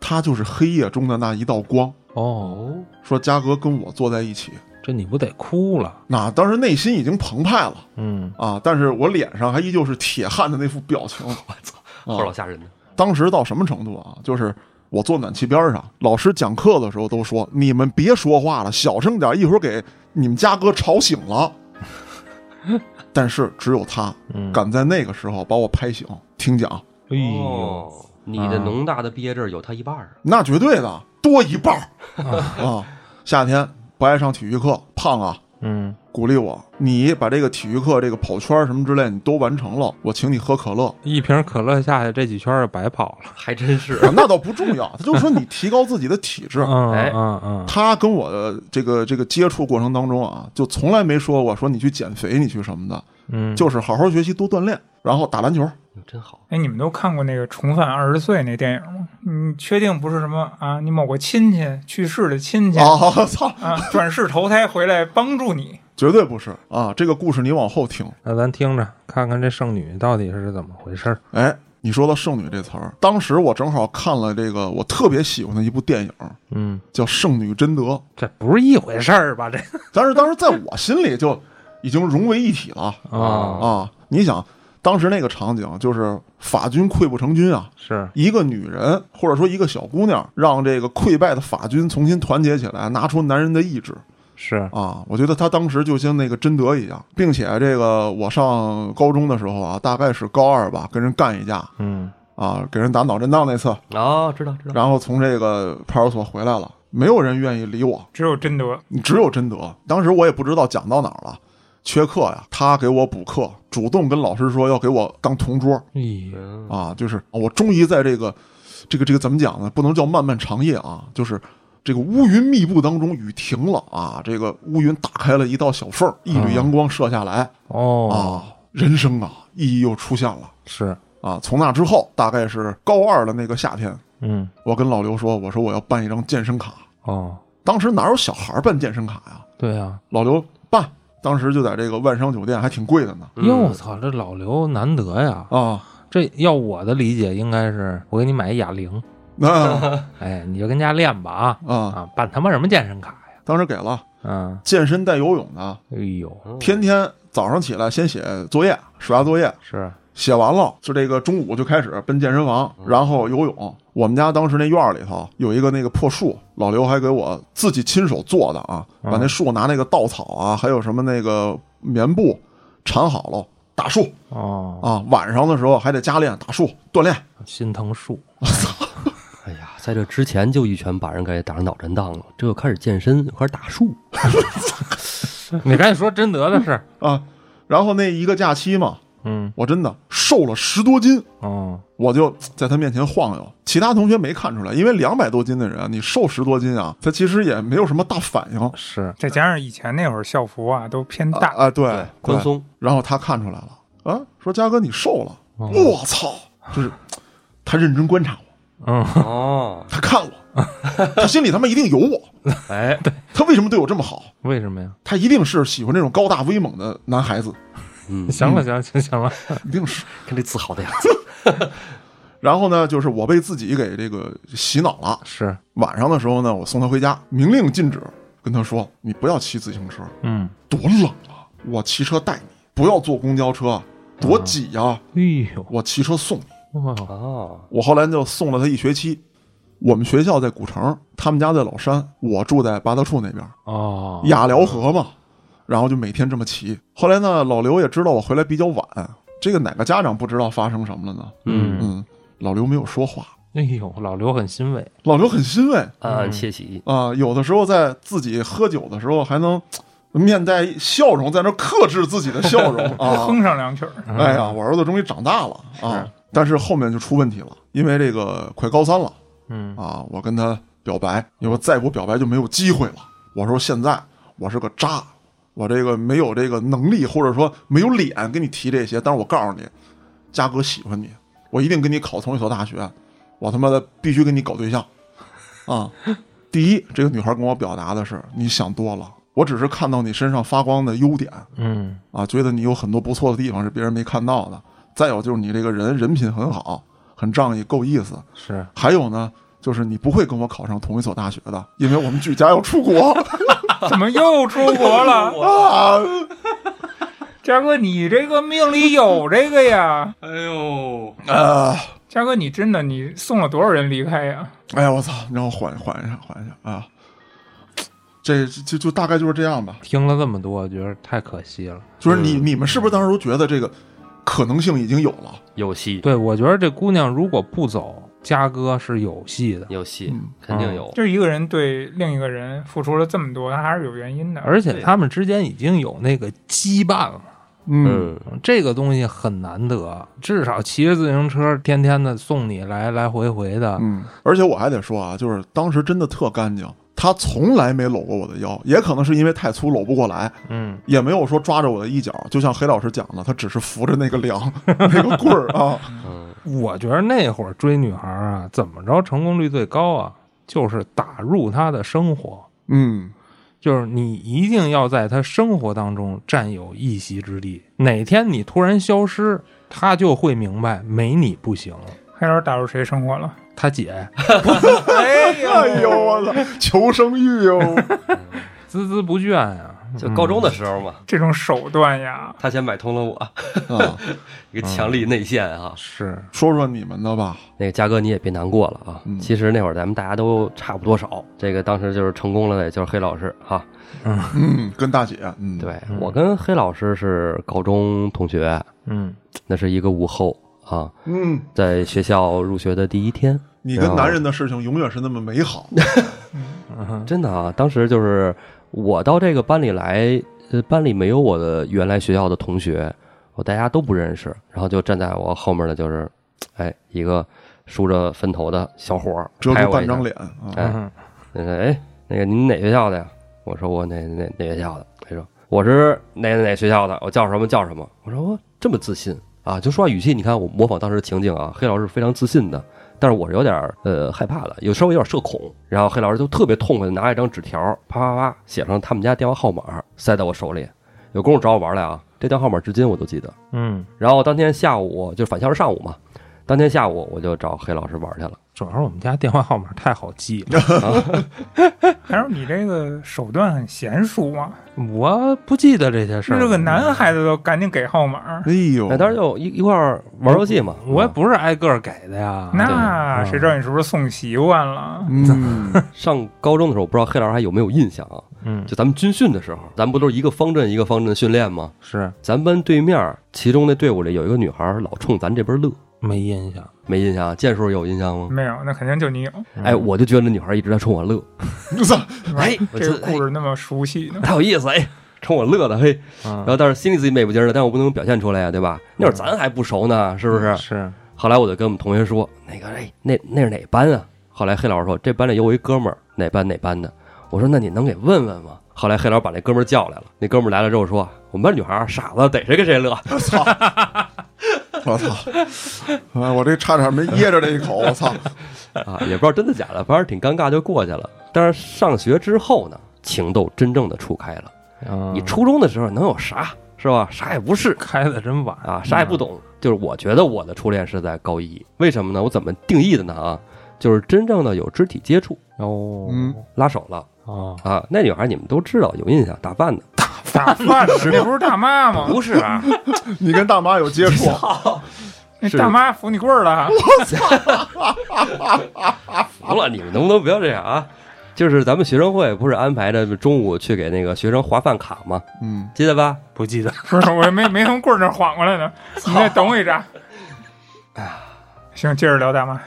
S1: 她就是黑夜中的那一道光，
S4: 哦，
S1: 说嘉哥跟我坐在一起，
S4: 这你不得哭了？
S1: 那当时内心已经澎湃了
S4: 嗯，
S1: 啊，但是我脸上还依旧是铁汉的那副表情。 啊我操！
S3: 后老吓人的，
S1: 当时到什么程度啊？就是我坐暖气边上，老师讲课的时候都说：“你们别说话了，小声点，一会儿给你们家哥吵醒了。”但是只有他
S4: 嗯
S1: 敢在那个时候把我拍醒听讲，
S4: 哎呦，
S3: 哦，你的农大的毕业证有他一半儿啊
S1: 那绝对的多一半儿啊！夏天不爱上体育课，胖啊！
S4: 嗯，
S1: 鼓励我，你把这个体育课、这个跑圈儿什么之类你都完成了，我请你喝可乐。
S4: 一瓶可乐下去，这几圈儿就白跑了。
S3: 啊，还真是
S1: 啊那倒不重要，他就说你提高自己的体质，
S4: 嗯
S3: 哎
S4: 嗯嗯，
S1: 他跟我的这个这个接触过程当中啊，就从来没说过说你去减肥，你去什么的，
S4: 嗯，
S1: 就是好好学习，多锻炼，然后打篮球。
S3: 哟嗯真好，
S2: 哎，你们都看过那个《重返二十岁》那电影吗？你确定不是什么啊？你某个亲戚去世的亲戚
S1: 啊， 我操，
S2: 啊，转世投胎回来帮助你？
S1: 绝对不是啊！这个故事你往后听。
S4: 那咱听着，看看这剩女到底是怎么回事儿。
S1: 哎，你说到“剩女”这词儿，当时我正好看了这个我特别喜欢的一部电影，
S4: 嗯，
S1: 叫《剩女贞德》，
S4: 这不是一回事儿吧？这
S1: 但是当时在我心里就已经融为一体了
S4: 啊，
S1: 啊！你想，当时那个场景就是法军溃不成军啊，
S4: 是，
S1: 一个女人或者说一个小姑娘，让这个溃败的法军重新团结起来，拿出男人的意志
S4: 是，
S1: 啊！我觉得她当时就像那个贞德一样，并且这个我上高中的时候啊，大概是高二吧，跟人干一架
S4: 嗯，
S1: 啊，给人打脑震荡那次，
S3: 啊，知道知道，
S1: 然后从这个派出所回来了，没有人愿意理我，
S2: 只有真德
S1: 只有贞德。当时我也不知道讲到哪儿了。缺课呀，他给我补课，主动跟老师说要给我当同桌
S4: 咦，
S3: 嗯
S1: 啊，就是我终于在这个这个这个怎么讲呢？不能叫漫漫长夜啊，就是这个乌云密布当中，雨停了啊，这个乌云打开了一道小缝儿，一缕阳光射下来
S4: 哦，
S1: 啊，人生啊，意义又出现了
S4: 是，
S1: 啊。从那之后，大概是高二的那个夏天，
S4: 嗯，
S1: 我跟老刘说，我说我要办一张健身卡，
S4: 哦，
S1: 当时哪有小孩儿办健身卡呀？
S4: 对啊，
S1: 老刘办，当时就在这个万商酒店，还挺贵的呢
S3: 嗯
S4: 哟，我操，这老刘难得呀！
S1: 啊。
S4: 这要我的理解，应该是我给你买一哑铃，
S1: 那
S4: 哎，你就跟家练吧啊
S1: 啊，
S4: 啊，办他妈什么健身卡呀？
S1: 当时给了
S4: 嗯，
S1: 健身带游泳的，
S4: 哎呦，
S3: 嗯
S1: 天天早上起来先写作业，暑假作业，
S4: 是，
S1: 写完了，就这个中午就开始奔健身房，然后游泳。我们家当时那院儿里头有一个那个破树，老刘还给我自己亲手做的啊，
S4: 嗯
S1: 把那树拿那个稻草啊，还有什么那个棉布缠好了，打树
S4: 哦，
S1: 啊。晚上的时候还得加练打树锻炼。
S4: 心疼树，
S3: 哎呀，在这之前就一拳把人给打成脑震荡了，这又开始健身，又开始打树，
S4: 你赶紧说贞德的事儿。
S1: 啊，然后那一个假期嘛，
S4: 嗯，
S1: 我真的瘦了十多斤，
S4: 哦，
S1: 我就在他面前晃悠。其他同学没看出来，因为两百多斤的人，你瘦十多斤啊，他其实也没有什么大反应。
S4: 是，
S2: 再加上以前那会儿校服啊都偏
S1: 啊
S2: 大，
S1: 啊，对，对
S3: 宽。松，
S1: 然后他看出来了，啊，说嘉哥你瘦了，
S4: 哦
S1: 我操，就是他认真观察我，
S4: 嗯，
S3: 哦，
S1: 他看我，他心里他妈一定有我。
S3: 哎，
S1: 他为什么对我这么好？
S4: 为什么呀？
S1: 他一定是喜欢这种高大威猛的男孩子，
S3: 嗯，
S4: 行了，行了行了行了，
S1: 一定是。
S3: 看这自豪的样子，
S1: 然后呢，就是我被自己给这个洗脑了。
S4: 是，
S1: 晚上的时候呢，我送他回家，明令禁止，跟他说：“你不要骑自行车，
S4: 嗯，
S1: 多冷啊！我骑车带你，不要坐公交车，多挤呀、
S4: 哎呦，
S1: 我骑车送你。
S4: 哇，
S3: 哦，”
S1: 我后来就送了他一学期。我们学校在古城，他们家在老山，我住在八大处那边，
S4: 哦，
S1: 雅辽河嘛。然后就每天这么骑。后来呢，老刘也知道我回来比较晚，这个哪个家长不知道发生什么了呢？
S3: 嗯，
S1: 嗯，老刘没有说话，
S4: 哎呦，老刘很欣慰，
S1: 老刘很欣慰。
S3: 暗暗窃嗯喜，
S1: 啊、有的时候在自己喝酒的时候还能呃面带笑容，在那儿克制自己的笑容啊。
S2: 哼上两曲儿。
S1: 哎呀，我儿子终于长大了啊！但是后面就出问题了，因为这个快高三了
S4: 嗯，
S1: 啊，我跟他表白，因为我再不表白就没有机会了。我说现在我是个渣，我这个没有这个能力，或者说没有脸跟你提这些。但是我告诉你，嘉哥喜欢你，我一定跟你考同一所大学，我他妈的必须跟你搞对象，啊！第一，这个女孩跟我表达的是你想多了，我只是看到你身上发光的优点
S4: 嗯
S1: 啊，觉得你有很多不错的地方是别人没看到的。再有就是你这个人人品很好，很仗义，够意思。
S4: 是
S1: 还有呢，就是你不会跟我考上同一所大学的，因为我们举家要出国
S2: 怎么又出国了？
S1: 啊。
S2: 嘉哥，你这个命里有这个呀！
S3: 哎呦，
S1: 呃，
S2: 嘉哥，你真的你送了多少人离开呀？
S1: 哎呀，我操！你让我缓缓一下，缓一下啊。这这就就大概就是这样吧。
S4: 听了这么多，觉得太可惜了。
S1: 就是你你们是不是当时都觉得这个可能性已经有了？
S3: 有戏
S4: 对，我觉得这姑娘如果不走，嘉哥是有戏的。
S3: 有戏
S1: 嗯，
S3: 肯定有。
S2: 就是一个人对另一个人付出了这么多，他还是有原因的。
S4: 而且
S3: 对
S4: 他们之间已经有那个羁绊了，
S1: 嗯，
S4: 这个东西很难得。至少骑着自行车，天天的送你来来回回的，
S1: 嗯，而且我还得说啊，就是当时真的特干净，他从来没搂过我的腰，也可能是因为太粗搂不过来，
S4: 嗯，
S1: 也没有说抓着我的衣角，就像黑老师讲的，他只是扶着那个 梁那个棍儿啊，
S3: 嗯，
S4: 我觉得那会儿追女孩啊，怎么着成功率最高啊？就是打入她的生活，
S1: 嗯
S4: 就是你一定要在她生活当中占有一席之地。哪天你突然消失，她就会明白没你不行了。
S2: 黑老师打入谁生活了？
S4: 她姐
S2: 哎
S1: 哎呦我操，求生欲 哟、
S4: 孜孜不倦啊呀、
S3: 就高中
S1: 嗯
S3: 的时候嘛，
S2: 这种手段呀！
S3: 他先买通了我，
S1: 啊！
S3: 一个强力内线
S1: 嗯
S3: 啊。
S4: 是
S1: 说说你们的吧，
S3: 那个嘉哥，你也别难过了啊
S1: 嗯。
S3: 其实那会儿咱们大家都差不多少，这个当时就是成功了的，也就是黑老师哈。
S1: 嗯，跟大姐，嗯，，
S3: 对我跟黑老师是高中同学，
S4: 嗯，
S3: 那是一个午后啊，
S1: 嗯，
S3: 在学校入学的第一天，
S1: 你跟男人的事情永远是那么美好，嗯
S4: 嗯
S3: 真的啊，当时就是我到这个班里来，呃，班里没有我的原来学校的同学，我大家都不认识，然后就站在我后面的就是，哎，一个梳着分头的小伙儿，
S1: 遮
S3: 拍
S1: 住
S3: 我
S1: 半
S3: 一下
S1: 张，脸啊，
S3: 哎，
S4: 嗯
S3: 那个哎，那个您哪学校的呀？我说我哪哪哪学校的？他说我是哪哪哪学校的，我叫什么叫什么？我说我哦这么自信啊，就说话语气，你看我模仿当时的情景啊，黑老师非常自信的，但是我是有点儿呃害怕的，有稍微有点社恐。然后黑老师就特别痛快的拿一张纸条，啪啪啪写上他们家电话号码，塞到我手里。有功夫找我玩来啊，这电话号码至今我都记得。
S4: 嗯，
S3: 然后当天下午就返校是上午嘛，当天下午我就找黑老师玩去了。
S4: 主要是我们家电话号码太好记了，
S2: 还有你这个手段很娴熟啊！
S4: 我不记得这些事
S2: 是
S4: 儿。
S2: 这个男孩子都赶紧给号码，
S3: 嗯
S1: 哎呦，
S3: 那当时就一一块儿玩游戏嘛，
S4: 我也
S3: 啊
S4: 不是挨个儿给的呀。
S2: 那谁知道你是不是送习惯了？
S1: 嗯，
S3: 上高中的时候，我不知道黑老师还有没有印象啊？
S4: 嗯，
S3: 就咱们军训的时候，咱们不都是一个方阵一个方阵训练吗？
S4: 是
S3: 咱班对面其中那队伍里有一个女孩，老冲咱这边乐，
S4: 没印象。
S3: 没印象？剑叔有印象吗？
S2: 没有，那肯定就你有。
S4: 嗯
S3: 哎，我就觉得那女孩一直在冲我乐，
S1: 你咋
S3: 哎，
S4: 嗯
S3: 我
S2: 这
S3: 就
S2: 个故事那么熟悉 呢
S3: 哎，太有意思哎，冲我乐的嘿。然
S4: 嗯，
S3: 后但是心里自己美不劲儿的，但我不能表现出来啊呀，对吧？那会儿咱还不熟呢，是不是？
S4: 是
S3: 后来我就跟我们同学说，那个哎，那那是哪班啊？后来黑老师说，这班里有我一哥们儿，哪班哪班的。我说那你能给问问吗？后来黑老师把那哥们儿叫来了，那哥们儿来了之后说，我们班女孩儿啊傻子逮谁跟谁乐。
S1: 我操！我操！哎，我这差点没噎着这一口，我操！
S3: 啊，也不知道真的假的，反正挺尴尬就过去了。但是上学之后呢，情窦真正的初开了。
S4: 嗯
S3: 你初中的时候能有啥是吧？啥也不是
S4: 开的真晚
S3: 啊，啥也不。懂。就是我觉得我的初恋是在高一，为什么呢？我怎么定义的呢？啊，就是真正的有肢体接触，
S4: 哦，
S1: 嗯
S3: 拉手了
S4: 哦，
S3: 啊。那女孩你们都知道，有印象，打扮的
S2: 打饭的那不是大妈吗？
S3: 不是啊，
S1: 你跟大妈有接触，啊
S2: 那
S3: 是
S2: 大妈扶你棍儿了，啊
S3: 服了，你们能不能不要这样啊？就是咱们学生会不是安排着中午去给那个学生划饭卡吗？
S1: 嗯，
S3: 记得吧？
S4: 不记得。
S2: 不是我也没没从棍儿那儿晃过来呢。你再等我一扎。
S3: 哎
S2: 行，接着聊大妈。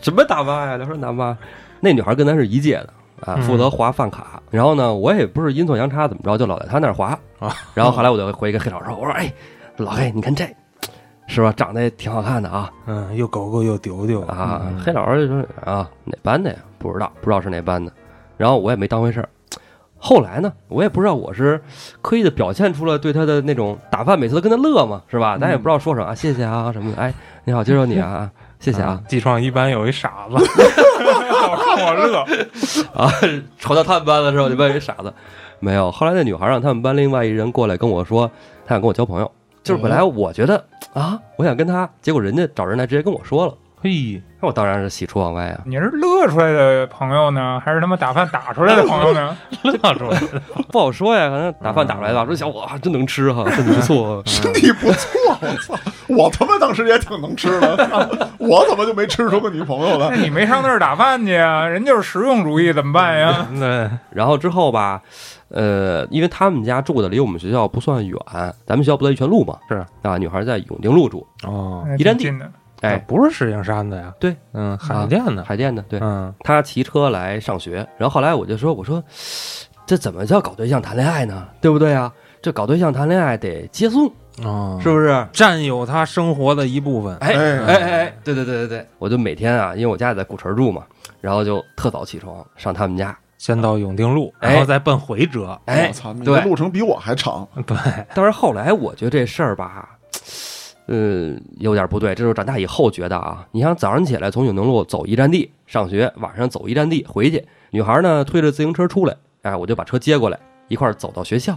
S3: 什么大妈呀？聊什么大妈？那女孩跟咱是一届的啊，
S4: 嗯
S3: 负责划饭卡。然后呢，我也不是阴错阳差，怎么着就老在她那儿划
S4: 啊。
S3: 然后后来我就回跟黑老师说：“我说，哎，老黑，你看这是吧？长得也挺好看的啊
S4: 嗯，又狗狗又丢丢
S3: 啊！”
S4: 嗯
S3: 黑老师就说：“啊，哪班的呀？不知道，不知道是哪班的。”然后我也没当回事儿。后来呢，我也不知道我是刻意的表现出了对他的那种打扮，每次都跟他乐嘛，是吧？咱也不知道说什么啊，谢谢啊什么的，哎，你好，接受你啊啊，谢谢啊，
S4: 技创一班有一傻子，
S2: 老看我乐，
S3: 啊，瞅到他们班的时候，你班有一傻子，没有。后来那女孩让他们班另外一人过来跟我说，她想跟我交朋友。就是本来我觉得啊，我想跟她，结果人家找人来直接跟我说了，
S4: 嘿，
S3: 那我当然是喜出望外啊。
S2: 你是乐出来的朋友呢，还是他妈打饭打出来的朋友呢？
S4: 乐出来了。
S3: 不好说呀，可能打饭打出来的吧。说小伙真能吃哈，身体不错。
S1: 身体不错，我操！我他妈当时也挺能吃的， 我怎么就没吃出个女朋友
S2: 那
S1: 来？
S2: 你没上那儿打饭去啊？人就是实用主义，怎么办呀？
S4: 那
S3: 然后之后吧，呃，因为他们家住的离我们学校不算远，咱们学校不在玉泉路嘛，
S4: 是
S3: 啊，女孩在永定路住，
S4: 哦，
S2: 哎
S3: 一站
S2: 挺近的，
S4: 哎，
S3: 哎，
S4: 不是石景山的呀，
S3: 对，
S4: 嗯，海淀的，
S3: 海淀的，对，
S4: 嗯，
S3: 她骑车来上学，然后后来我就说，我说这怎么叫搞对象谈恋爱呢？对不对啊？这搞对象谈恋爱得接送，
S4: 哦，
S3: 是不是？
S4: 占有他生活的一部分，
S3: 哎
S1: 哎
S3: 哎哎哎，对对对对对，我就每天啊，因为我家也在古城住嘛，然后就特早起床上他们家，
S4: 先到永定路，
S3: 哎
S4: 然后再奔回折，
S3: 哎
S1: 我，操！你
S3: 对
S1: 的路程比我还长，
S4: 对，
S3: 但是后来我觉得这事儿吧，嗯，有点不对。这是我长大以后觉得啊，你想早上起来从永宁路走一站地上学，晚上走一站地回去，女孩呢推着自行车出来，哎，我就把车接过来，一块儿走到学校。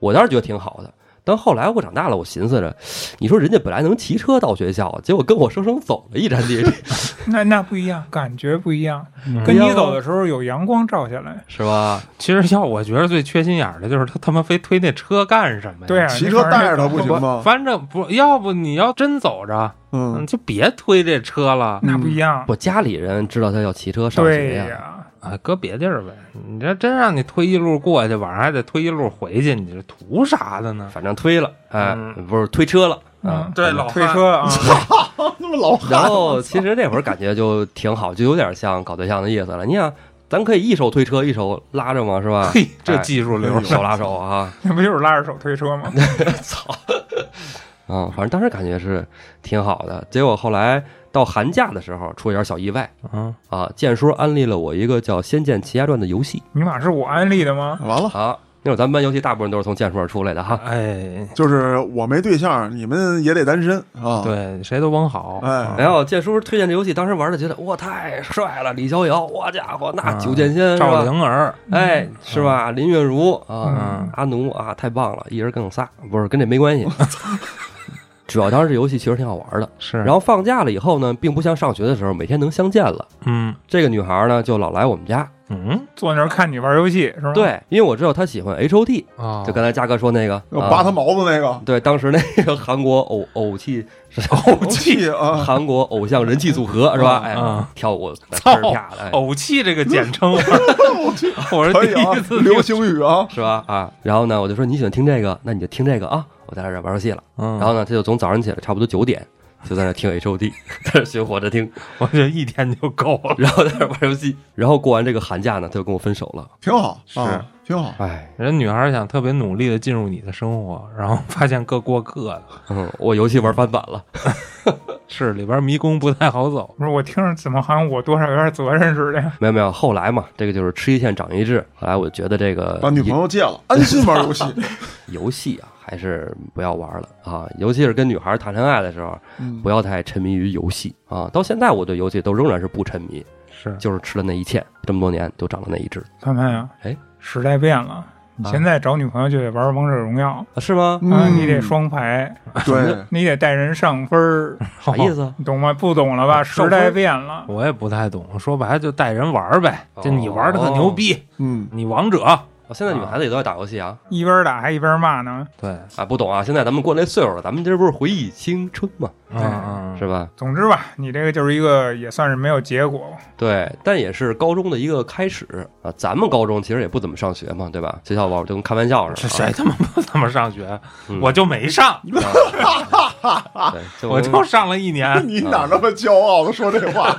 S3: 我当时觉得挺好的，但后来我长大了，我寻思着，你说人家本来能骑车到学校，结果跟我生生走了一站地，
S2: 那那不一样，感觉不一样。
S4: 嗯
S2: 跟你走的时候有阳光照下来，
S3: 是吧？
S4: 其实要我觉得最缺心眼儿的就是他他妈非推那车干什么呀？
S2: 对啊，
S1: 骑车带着她不行吗？
S4: 反正不要不你要真走着，嗯，
S1: 嗯，
S4: 就别推这车了，
S2: 那不一样。
S3: 我家里人知道他要骑车上
S2: 对
S3: 学呀，
S2: 呀，
S4: 啊，搁别地儿呗。你这真让你推一路过去，晚上还得推一路回去，你这图啥的呢？哎
S3: 反正推了，哎，
S4: 嗯
S3: 不是推车了啊。
S2: 嗯，
S4: 对，老
S2: 推车啊，
S1: 那么老
S3: 然
S1: 汉，
S3: 后其实那会儿感觉就挺好，就有点像搞对象的意思了。你想，咱可以一手推车，一手拉着嘛，是 吧？
S4: 嘿，这技术流
S1: 哎
S3: 手 拉手啊，
S2: 那不就是拉着手推车吗？
S3: 操！啊，反正当时感觉是挺好的。结果后来到寒假的时候，出了点小意外
S4: 嗯，
S3: 啊，建叔安利了我一个叫《仙剑奇侠传》的游戏
S2: 尼玛是我安利的吗？
S1: 完了。
S3: 啊。那会儿咱们班游戏大部分都是从剑叔那儿出来的哈。
S4: 哎，
S1: 就是我没对象，你们也得单身啊。，
S4: 对，谁都甭好，
S1: 哎
S4: 啊
S3: 然后剑叔推荐这游戏，当时玩的觉得哇太帅了，李逍遥，哇家伙那
S4: 嗯
S3: 九剑仙是
S4: 赵
S3: 吧？
S4: 灵儿，
S3: 哎，是吧？林月如啊
S4: 嗯，
S3: 阿奴啊，太棒了，一人更仨，不是跟这没关系。 主要当时这游戏确实挺好玩的。
S4: 是，
S3: 然后放假了以后呢，并不像上学的时候每天能相见了。
S4: 嗯
S3: 这个女孩呢，就老来我们家。
S4: 嗯
S2: 坐那儿看你玩游戏是吧？，
S3: 对，因为我知道她喜欢 H O T，
S4: 啊，哦
S3: 就刚才嘉哥说那个
S1: 拔他
S3: 啊
S1: 毛子那个
S3: 对，当时那个韩国偶偶气是
S1: 武器啊，
S3: 韩国偶像人气组合是吧？哎
S4: 嗯，
S3: 跳舞
S4: 操
S3: 啪啪的，哎
S4: 偶气这个简称，我 我是
S1: 可
S4: 第
S1: 以啊
S4: 一，次听
S1: 流星雨啊，
S3: 是吧？啊，然后呢，我就说你喜欢听这个，那你就听这个啊，我在这儿玩游戏了。
S4: 嗯，
S3: 然后呢，他就从早上起来差不多九点就在那听 H O D，在 那循环着听，
S4: 我觉得一天就够了。
S3: 然后在那玩游戏。然后过完这个寒假呢，他就跟我分手了。
S1: 挺好，
S4: 是
S1: 啊挺好。
S3: 哎，
S4: 人女孩想特别努力的进入你的生活， 然后发现各过各的，
S3: 嗯，我游戏玩翻版了。
S4: 是里边迷宫不太好走。
S2: 不是我听着怎么好像我多少有点责任似的呀？
S3: 没有没有，后来嘛，这个就是吃一堑长一智。后来我觉得这个
S1: 把女朋友戒了，安心玩游戏。
S3: 游戏啊，还是不要玩了啊，尤其是跟女孩谈恋爱的时候，
S1: 嗯
S3: 不要太沉迷于游戏啊。到现在我对游戏都仍然是不沉迷，
S4: 是，
S3: 就是吃了那一堑，这么多年就长了那一智
S2: 潘潘啊，
S3: 哎，
S2: 时代变了，你
S3: 啊
S2: 现在找女朋友就得玩王者荣耀
S3: 啊，是吗？
S1: 嗯
S2: 啊，你得双排，
S1: 对，
S2: 你得带人上分儿，
S3: 啥意思啊？
S2: 你懂吗？不懂了吧？
S3: 上
S2: 时
S3: 分儿
S2: 代变了，
S4: 我也不太懂，说白了就带人玩儿呗，
S3: 哦
S4: 就你玩的特牛逼，
S1: 嗯，
S4: 你王者，
S3: 啊现在女孩子也都爱打游戏啊。
S2: 一边打还一边骂呢。
S4: 对，
S3: 啊，不懂啊！现在咱们过那岁数了，咱们这不是回忆青春嘛，
S4: 嗯嗯，
S3: 是吧？
S2: 总之吧，你这个就是一个也算是没有结果，
S3: 对，但也是高中的一个开始啊。咱们高中其实也不怎么上学嘛，对吧？学校玩儿就跟开玩笑似
S4: 这
S3: 的、啊
S4: 谁。他妈不怎么上学
S3: 嗯，
S4: 我就没上，
S3: 啊对，就
S4: 我就上了一年，
S1: 你哪那么骄傲的说这话？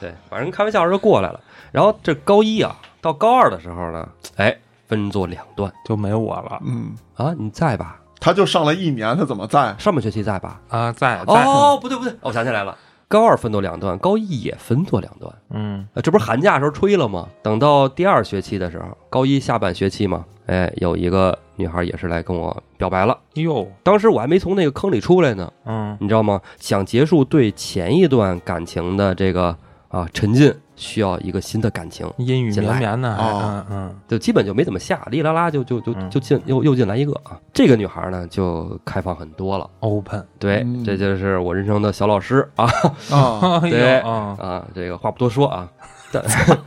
S3: 对，反正开玩笑就过来了。然后这高一啊，到高二的时候呢，哎，分作两段
S4: 就没我了
S1: 嗯，
S3: 啊。你在吧？
S1: 他就上来一年，他怎么在？
S3: 上半学期在吧？
S4: 啊，在在
S3: 哦，不对不对，哦我想起来了，高二分作两段，高一也分作两段。
S4: 嗯
S3: 呃，这不是寒假时候吹了吗？等到第二学期的时候，高一下半学期嘛，哎，有一个女孩也是来跟我表白了。
S4: 哟，
S3: 当时我还没从那个坑里出来呢，
S4: 嗯
S3: 你知道吗？想结束对前一段感情的这个啊沉浸，需要一个新的感情，
S4: 阴雨
S3: 进
S4: 绵
S3: 来
S4: 绵的，还
S1: 哦
S4: 嗯嗯
S3: 就基本就没怎么下，哩啦啦就就就
S4: 嗯
S3: 就进又又进来一个啊。这个女孩呢就开放很多了，
S4: ，open，
S3: 对，
S1: 嗯
S3: 这就是我人生的小老师 啊
S1: 啊，
S4: 哎
S3: 对
S4: 呦啊，
S3: 啊，这个话不多说啊，但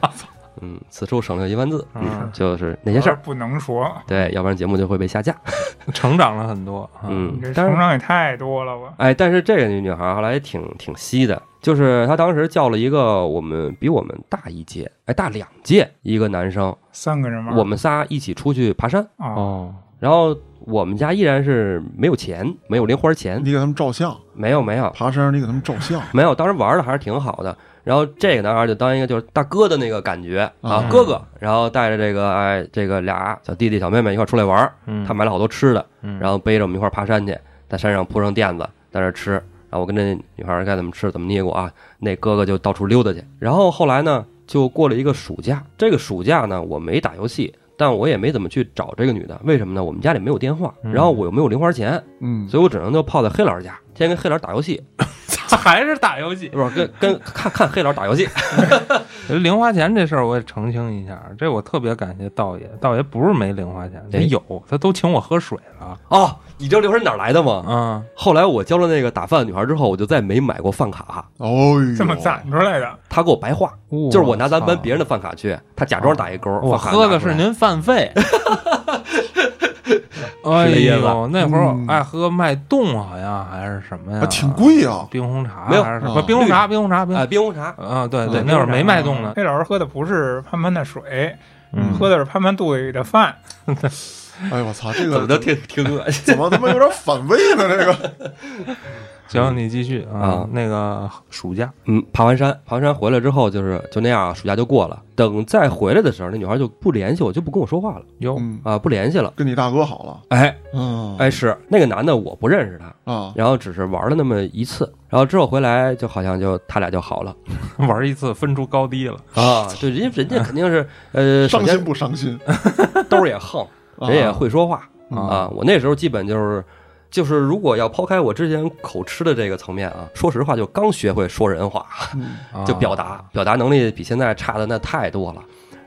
S3: 嗯，此处省略一万字，
S4: 嗯
S3: 嗯，就是那些事儿，
S2: 不能说，
S3: 对，要不然节目就会被下架，
S4: 成长了很多，
S3: 嗯
S2: 你啊这，
S3: 但
S2: 成
S3: 是
S2: 长也太多了吧？
S3: 哎，但是这个女孩后来也挺挺稀的，就是她当时叫了一个我们比我们大一届，哎，大两届一个男生，
S2: 三个人玩，
S3: 我们仨一起出去爬山，
S2: 啊，
S4: 哦，
S3: 然后我们家依然是没有钱，没有零花钱，
S1: 你给他们照相，
S3: 没有没有，
S1: 爬山你给他们照相，
S3: 没有，当时玩的还是挺好的。然后这个男孩就当一个就是大哥的那个感觉啊，
S1: 嗯
S3: 哥哥，然后带着这个哎这个俩小弟弟小妹妹一块儿出来玩儿，
S4: 嗯
S3: 他买了好多吃的，
S4: 嗯
S3: 然后背着我们一块儿爬山去，在山上铺上垫子，在那儿吃。然后我跟这女孩儿该怎么吃怎么捏咕啊，那哥哥就到处溜达去。然后后来呢，就过了一个暑假，这个暑假呢，我没打游戏。但我也没怎么去找这个女的，为什么呢？我们家里没有电话，然后我又没有零花钱，
S1: 嗯，
S3: 所以我只能就泡在黑老师家，天天跟黑老师打游戏，
S4: 还是打游戏。
S3: 不是跟跟看看黑老师打游戏，
S4: 零花钱这事儿我也澄清一下，这我特别感谢道爷，道爷不是没零花钱，他
S3: 哎
S4: 有，他都请我喝水了。
S3: 哦，你知道刘神哪儿来的吗？
S4: 嗯，
S3: 后来我交了那个打饭的女孩之后，我就再没买过饭卡，
S1: 哦呦，
S2: 这么攒出来的，
S3: 她给我白花，
S4: 就
S3: 就是我拿咱班别人的饭卡去，她假装打一勾，
S4: 嗯我
S3: 饭卡
S4: 喝
S3: 拿
S4: 的
S3: 出
S4: 是
S3: 来，
S4: 您 饭费。哎
S3: 是这意思
S4: 呦，那会儿我
S1: 嗯
S4: 爱喝脉动，好像还是什么呀？
S1: 啊挺贵啊，
S4: 冰红茶
S3: 没有
S4: 还是什
S1: 啊
S4: 么？冰红茶，冰红茶，冰
S3: 啊，冰红茶，
S4: 啊，对对，
S1: 嗯
S4: 那会儿没脉动呢。
S2: 黑老师喝的不是潘潘的水，
S4: 嗯
S2: 喝的是潘潘肚子里的饭。
S1: 哎呦我操，这
S3: 怎么
S1: 个
S3: 都挺挺 恶心。
S1: 怎么他妈有点反胃呢？这 个，
S4: 行，你继续啊
S3: 啊。
S4: 那个暑假，
S3: 嗯，爬完山，爬完山回来之后，就是就那样，暑假就过了。等再回来的时候，那女孩就不联系我，就不跟我说话了
S4: 哟，
S1: 嗯，
S3: 啊，不联系了。
S1: 跟你大哥好了，
S3: 哎
S1: 嗯，
S3: 哎，是那个男的，我不认识他，
S1: 啊，
S3: 然后只是玩了那么一次，然后之后回来就好像就他俩就好了。
S4: 玩一次分出高低了。
S3: 啊，对，人家人家肯定是，呃，
S1: 伤
S3: 首
S1: 心
S3: 先
S1: 不伤心？
S3: 兜儿也横，
S1: 啊
S3: 人也会说话
S1: 嗯
S3: 啊。我那时候基本就是，就是如果要抛开我之前口吃的这个层面啊，说实话，就刚学会说人话，
S1: 嗯
S4: 啊
S3: 就表达表达能力比现在差的那太多了。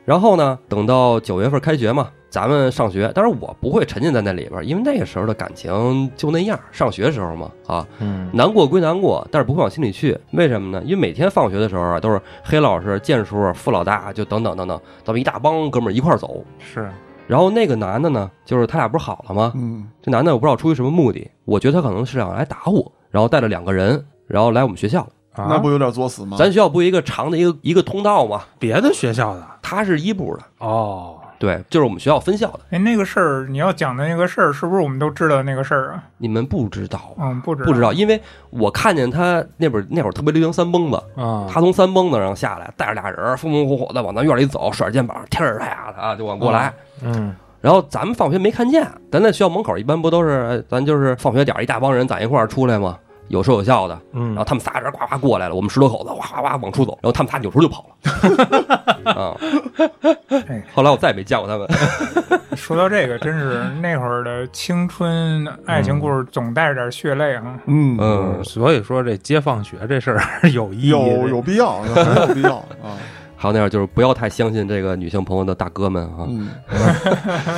S3: 然后呢，等到九月份开学嘛，咱们上学，当然我不会沉浸在那里边儿，因为那个时候的感情就那样，上学时候嘛啊，
S4: 嗯
S3: 难过归难过，但是不会往心里去。为什么呢？因为每天放学的时候啊，都是黑老师、建叔、付老大，就等等等等，咱们一大帮哥们儿一块儿走。
S4: 是
S3: 然后那个男的呢，就是他俩不是好了吗？
S1: 嗯，
S3: 这男的我不知道出于什么目的，我觉得他可能是想来打我，然后带着两个人，然后来我们学校。
S4: 啊，
S1: 那不有点作死吗？
S3: 咱学校不有一个长的一个一个通道吗？
S4: 别的学校的
S3: 他是一部的，
S4: 哦。
S3: 对，就是我们学校分校的。
S2: 哎，那个事儿你要讲的那个事儿，是不是我们都知道那个事儿啊？
S3: 你们不知道，
S2: 嗯，不知
S3: 不知道，因为我看见他那会儿那会儿特别流行三蹦子，
S4: 啊，
S3: 他从三蹦子上下来，带着俩人儿风风火火的往咱院里走，甩着肩膀，踢着他呀的啊，就往过来。
S4: 嗯
S3: 然后咱们放学没看见，咱在学校门口一般不都是，哎咱就是放学点儿一大帮人攒一块儿出来嘛，有说有笑的。
S4: 嗯
S3: 然后他们仨人呱呱过来了，我们十多口子哇哇哇往出走，然后他们仨扭头就跑了。啊、
S2: 哎
S3: 后来我再也没见过他们。
S2: 说到这个，真是那会儿的青春
S4: 嗯
S2: 爱情故事总带着点血泪啊！
S1: 嗯，
S3: 嗯，
S4: 所以说这接放学这事儿 还是有意义的，
S1: 有有必要，很有必要啊。
S3: 还有那样就是不要太相信这个女性朋友的大哥们啊。
S1: 嗯，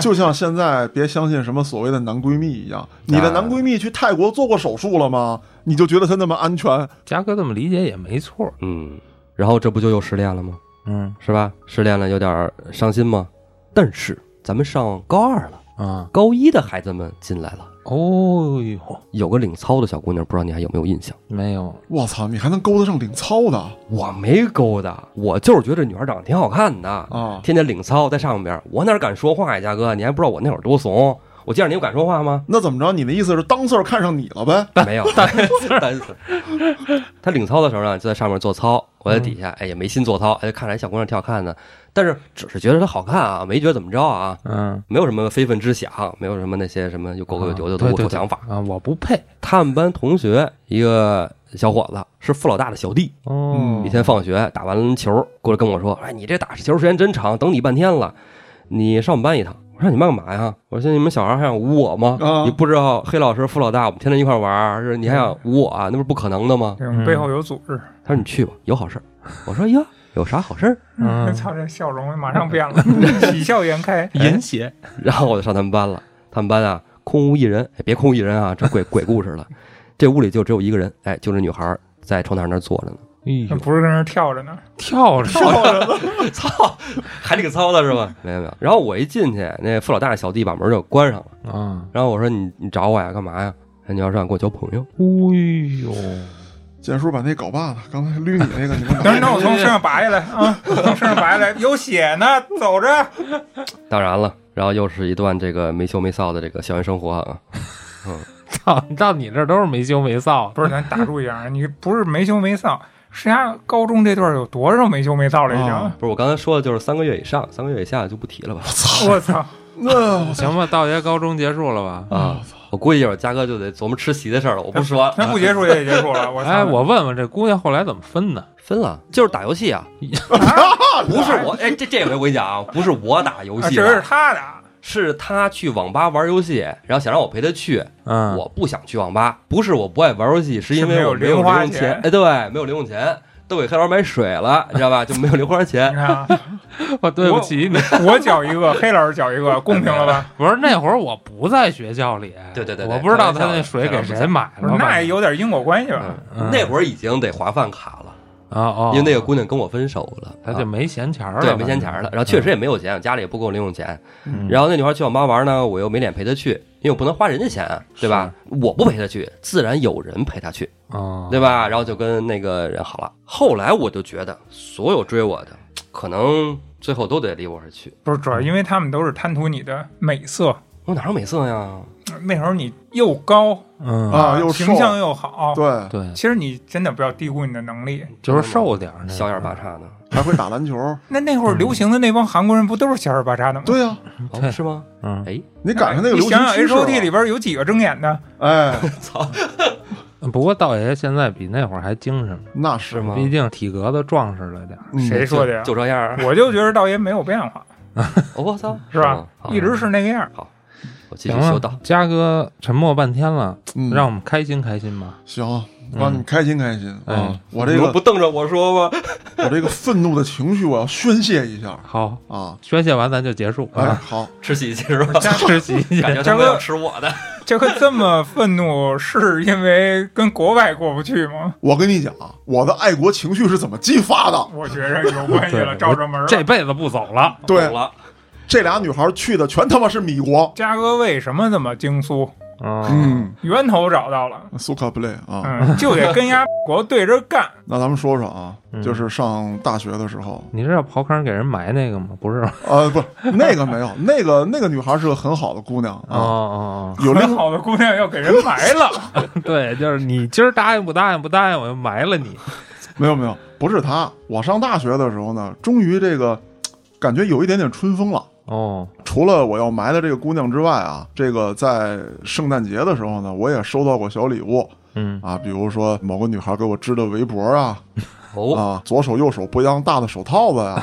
S1: 就像现在别相信什么所谓的男闺蜜一
S3: 啊
S1: 样，你的男闺蜜去泰国做过手术了吗？你就觉得他那么安全？
S4: 嘉哥这么理解也没错。
S3: 嗯，然后这不就又失恋了吗？
S4: 嗯
S3: 是吧？失恋了有点儿伤心吗？但是咱们上高二了，
S4: 啊，
S3: 高一的孩子们进来了。
S4: 哦呦，
S3: 有个领操的小姑娘，不知道你还有没有印象？
S4: 没有，
S1: 我操，你还能勾得上领操的
S3: 我没勾搭，我就是觉得这女孩长得挺好看的，
S1: 啊？
S3: 天天领操在上边，我哪敢说话呀，嘉哥，你还不知道我那会儿多怂。我见着你我敢说话吗？
S1: 那怎么着？你的意思是当事儿看上你了呗？
S3: 没有，单词。他领操的时候呢，就在上面做操，我在底下，哎，也没心做操，哎，看着小姑娘挺好看的，但是只是觉得她好看啊，没觉得怎么着啊，
S4: 嗯，
S3: 没有什么非分之想，没有什么那些什么有狗狗有丢丢的
S4: 啊
S3: 龌
S4: 对
S3: 龊
S4: 对
S3: 想法。
S4: 啊，我不配。
S3: 他们班同学一个小伙子，是付老大的小弟。
S4: 哦
S1: 嗯
S3: 以前放学打完球过来跟我说：“哎，你这打球时间真长，等你半天了，你上我们班一趟。”我说：“你们干嘛呀？”我说：“你们小孩还想舞我吗？
S1: 啊
S3: 你不知道黑老师、付老大，我们天天一块玩儿，是你还想舞我啊？那不是不可能的吗
S2: 这种背后
S4: 嗯
S2: 有组织。？”
S3: 他说：“你去吧，有好事儿。”我说：“呀，有啥好事儿
S4: 嗯
S2: 操，这笑容马上变了， 喜笑颜开。
S5: 淫邪，？”
S3: 然后我就上他们班了。他们班啊，空无一人，哎别空无一人啊，这鬼鬼故事了。这屋里就只有一个人，哎，就这女孩儿在窗台那儿坐着呢。
S4: 哎呦，
S3: 嗯
S2: 不是跟那儿跳着呢，
S4: 跳着跳着，
S3: 操，还挺糙的是吧？ 没有没有。然后我一进去，那付老大的小弟把门就关上了。
S4: 嗯，
S3: 然后我说你你找我呀，干嘛呀？哎你要让我给我交朋友，
S4: 哎 呦，
S1: 建叔把那搞罢了，刚才捋你那个， 你们哎
S2: 能让我从身上拔下来 啊！我从身上拔下来，有血呢，走着。
S3: 当然了，然后又是一段这个没羞没臊的这个校园生活啊。
S4: 操，到你这儿都是没羞没臊，
S2: 不是，咱打住一下，啊你不是没羞没臊，是家高中这段有多少没羞没臊了已
S1: 啊
S2: 经？
S3: 不是我刚才说的就是三个月以上，三个月以下就不提了吧。
S2: 我 操！
S1: 那我
S4: 行吧？道爷高中结束了吧？
S3: 啊，我估计一会儿嘉哥就得琢磨吃席的事儿了，我不说了。
S2: 那不结束也得结束了，我操！
S4: 哎，我问问这姑娘后来怎么分的？
S3: 分了，就是打游 戏啊，不是我哎，这这回我跟你讲啊，不是我打游
S2: 啊
S3: 戏
S2: 这是
S3: 了，
S2: 他的，
S3: 是他去网吧玩游戏，然后想让我陪他去，
S4: 嗯，
S3: 我不想去网吧，不是我不爱玩游戏，是因为我没有
S2: 是没有零
S3: 零
S2: 花
S3: 用
S2: 钱
S3: 哎，对，没有零用钱，都给黑老师买水了，你知道吧？就没有零 花
S2: 你
S3: 钱。
S2: 看啊，
S4: 我对不起你，
S2: 我搅一个，黑老师搅一个，公平了吧？
S4: 不是那会儿我不在学校里，
S3: 对对对对
S4: 我不知道他那水给谁买
S2: 不
S4: 了
S2: 是，
S4: 吧，
S2: 那也有点因果关系吧？
S4: 嗯
S3: 那会儿已经得划饭卡了，
S4: 啊哦，
S3: 因为那个姑娘跟我分手了，
S4: 他就
S3: 啊
S4: 没闲钱儿了，
S3: 对没钱钱儿了，然后确实也没有钱，家里也不给我零用钱，
S4: 嗯，
S3: 然后那女孩去网吧玩呢，我又没脸陪她去，因为我不能花人家钱啊，对吧？我不陪她去，自然有人陪她去，
S4: 后
S3: 对吧？然后就跟那个人好了。后来我就觉得，所有追我的，可能最后都得离我而去。
S2: 不是，主要因为他们都是贪图你的美色，
S3: 我哪有美色呀？
S2: 那时候你又高
S4: 嗯
S1: 啊又瘦
S2: 形象又好，
S1: 对，
S4: 对，
S2: 其实你真的不要低估你的能力。
S4: 就是瘦点儿，
S3: 小眼八叉呢？
S1: 还会打篮球，
S2: 那那会儿流行的那帮韩国人不都是小眼巴叉的吗？
S1: 对呀，
S3: 哦，
S4: 对
S3: 是吗？
S4: 嗯，
S3: 哎，
S1: 你赶上那个
S2: 你
S1: 流行
S2: 想想
S1: 趋
S2: H
S1: 势
S2: O T
S1: 了
S2: 里边有几个睁眼的？
S1: 哎，
S4: 嗯不过道爷现在比那会儿还精神，
S1: 那
S3: 是
S1: 是
S3: 吗？
S4: 毕竟体格子壮实了点儿。
S1: 嗯
S2: 谁说的呀
S3: 就？这样儿。
S2: 我就觉得道爷没有变化，
S3: 哦我操，
S2: 是吧
S3: 吗？好
S2: 一直是那个样儿。
S3: 我继续
S4: 行
S3: 修
S4: 了
S3: 道。，
S4: 嘉哥沉默半天了，
S1: 嗯
S4: 让我们开心开心吧。
S1: 行，让你们开心开心啊
S4: 哎！
S1: 我这
S3: 你
S1: 个
S3: 们不瞪着我说吗？
S1: 我这个愤怒的情绪，我要宣泄一下
S4: 好，
S1: 啊！
S4: 宣泄完咱就结束
S1: 哎，
S4: 啊，
S1: 好，
S3: 吃喜气是吧？
S4: 吃 席去。
S3: 感觉他们要吃我的。
S2: 这个这么愤怒，是因为跟国外过不去吗？
S1: 我跟你讲，啊我的爱国情绪是怎么激发的？
S2: 我觉着有关系了，
S4: 对
S2: 照着门儿了。
S4: 这辈子不走了。
S1: 对
S3: 懂，了，
S1: 这俩女孩去的全他妈是米国，
S2: 嘉哥为什么这么惊苏？
S4: 嗯，
S1: 嗯，
S2: 源头找到了，
S1: 苏卡 play 啊。
S2: 嗯，就得跟丫国对着干。
S1: 那咱们说说啊，
S4: 嗯
S1: 就是上大学的时候，
S4: 你是要刨坑给人埋那个吗？不是吧，
S1: 呃，不，那个没有，那个那个女孩是个很好的姑娘
S4: 哦
S1: 啊，
S4: 哦
S1: 有
S2: 很
S1: 另
S2: 好的姑娘要给人埋了，
S4: 哦，对，就是你今儿答应不答应不答应，我就埋了你。
S1: 没有没有，不是她。我上大学的时候呢，终于这个感觉有一点点春风了。
S4: 哦，
S1: 除了我要埋的这个姑娘之外啊，这个在圣诞节的时候呢，我也收到过小礼物
S4: 嗯，
S1: 啊，比如说某个女孩给我织的围脖啊，
S3: 哦，
S1: 啊，左手右手不一样大的手套子 呀、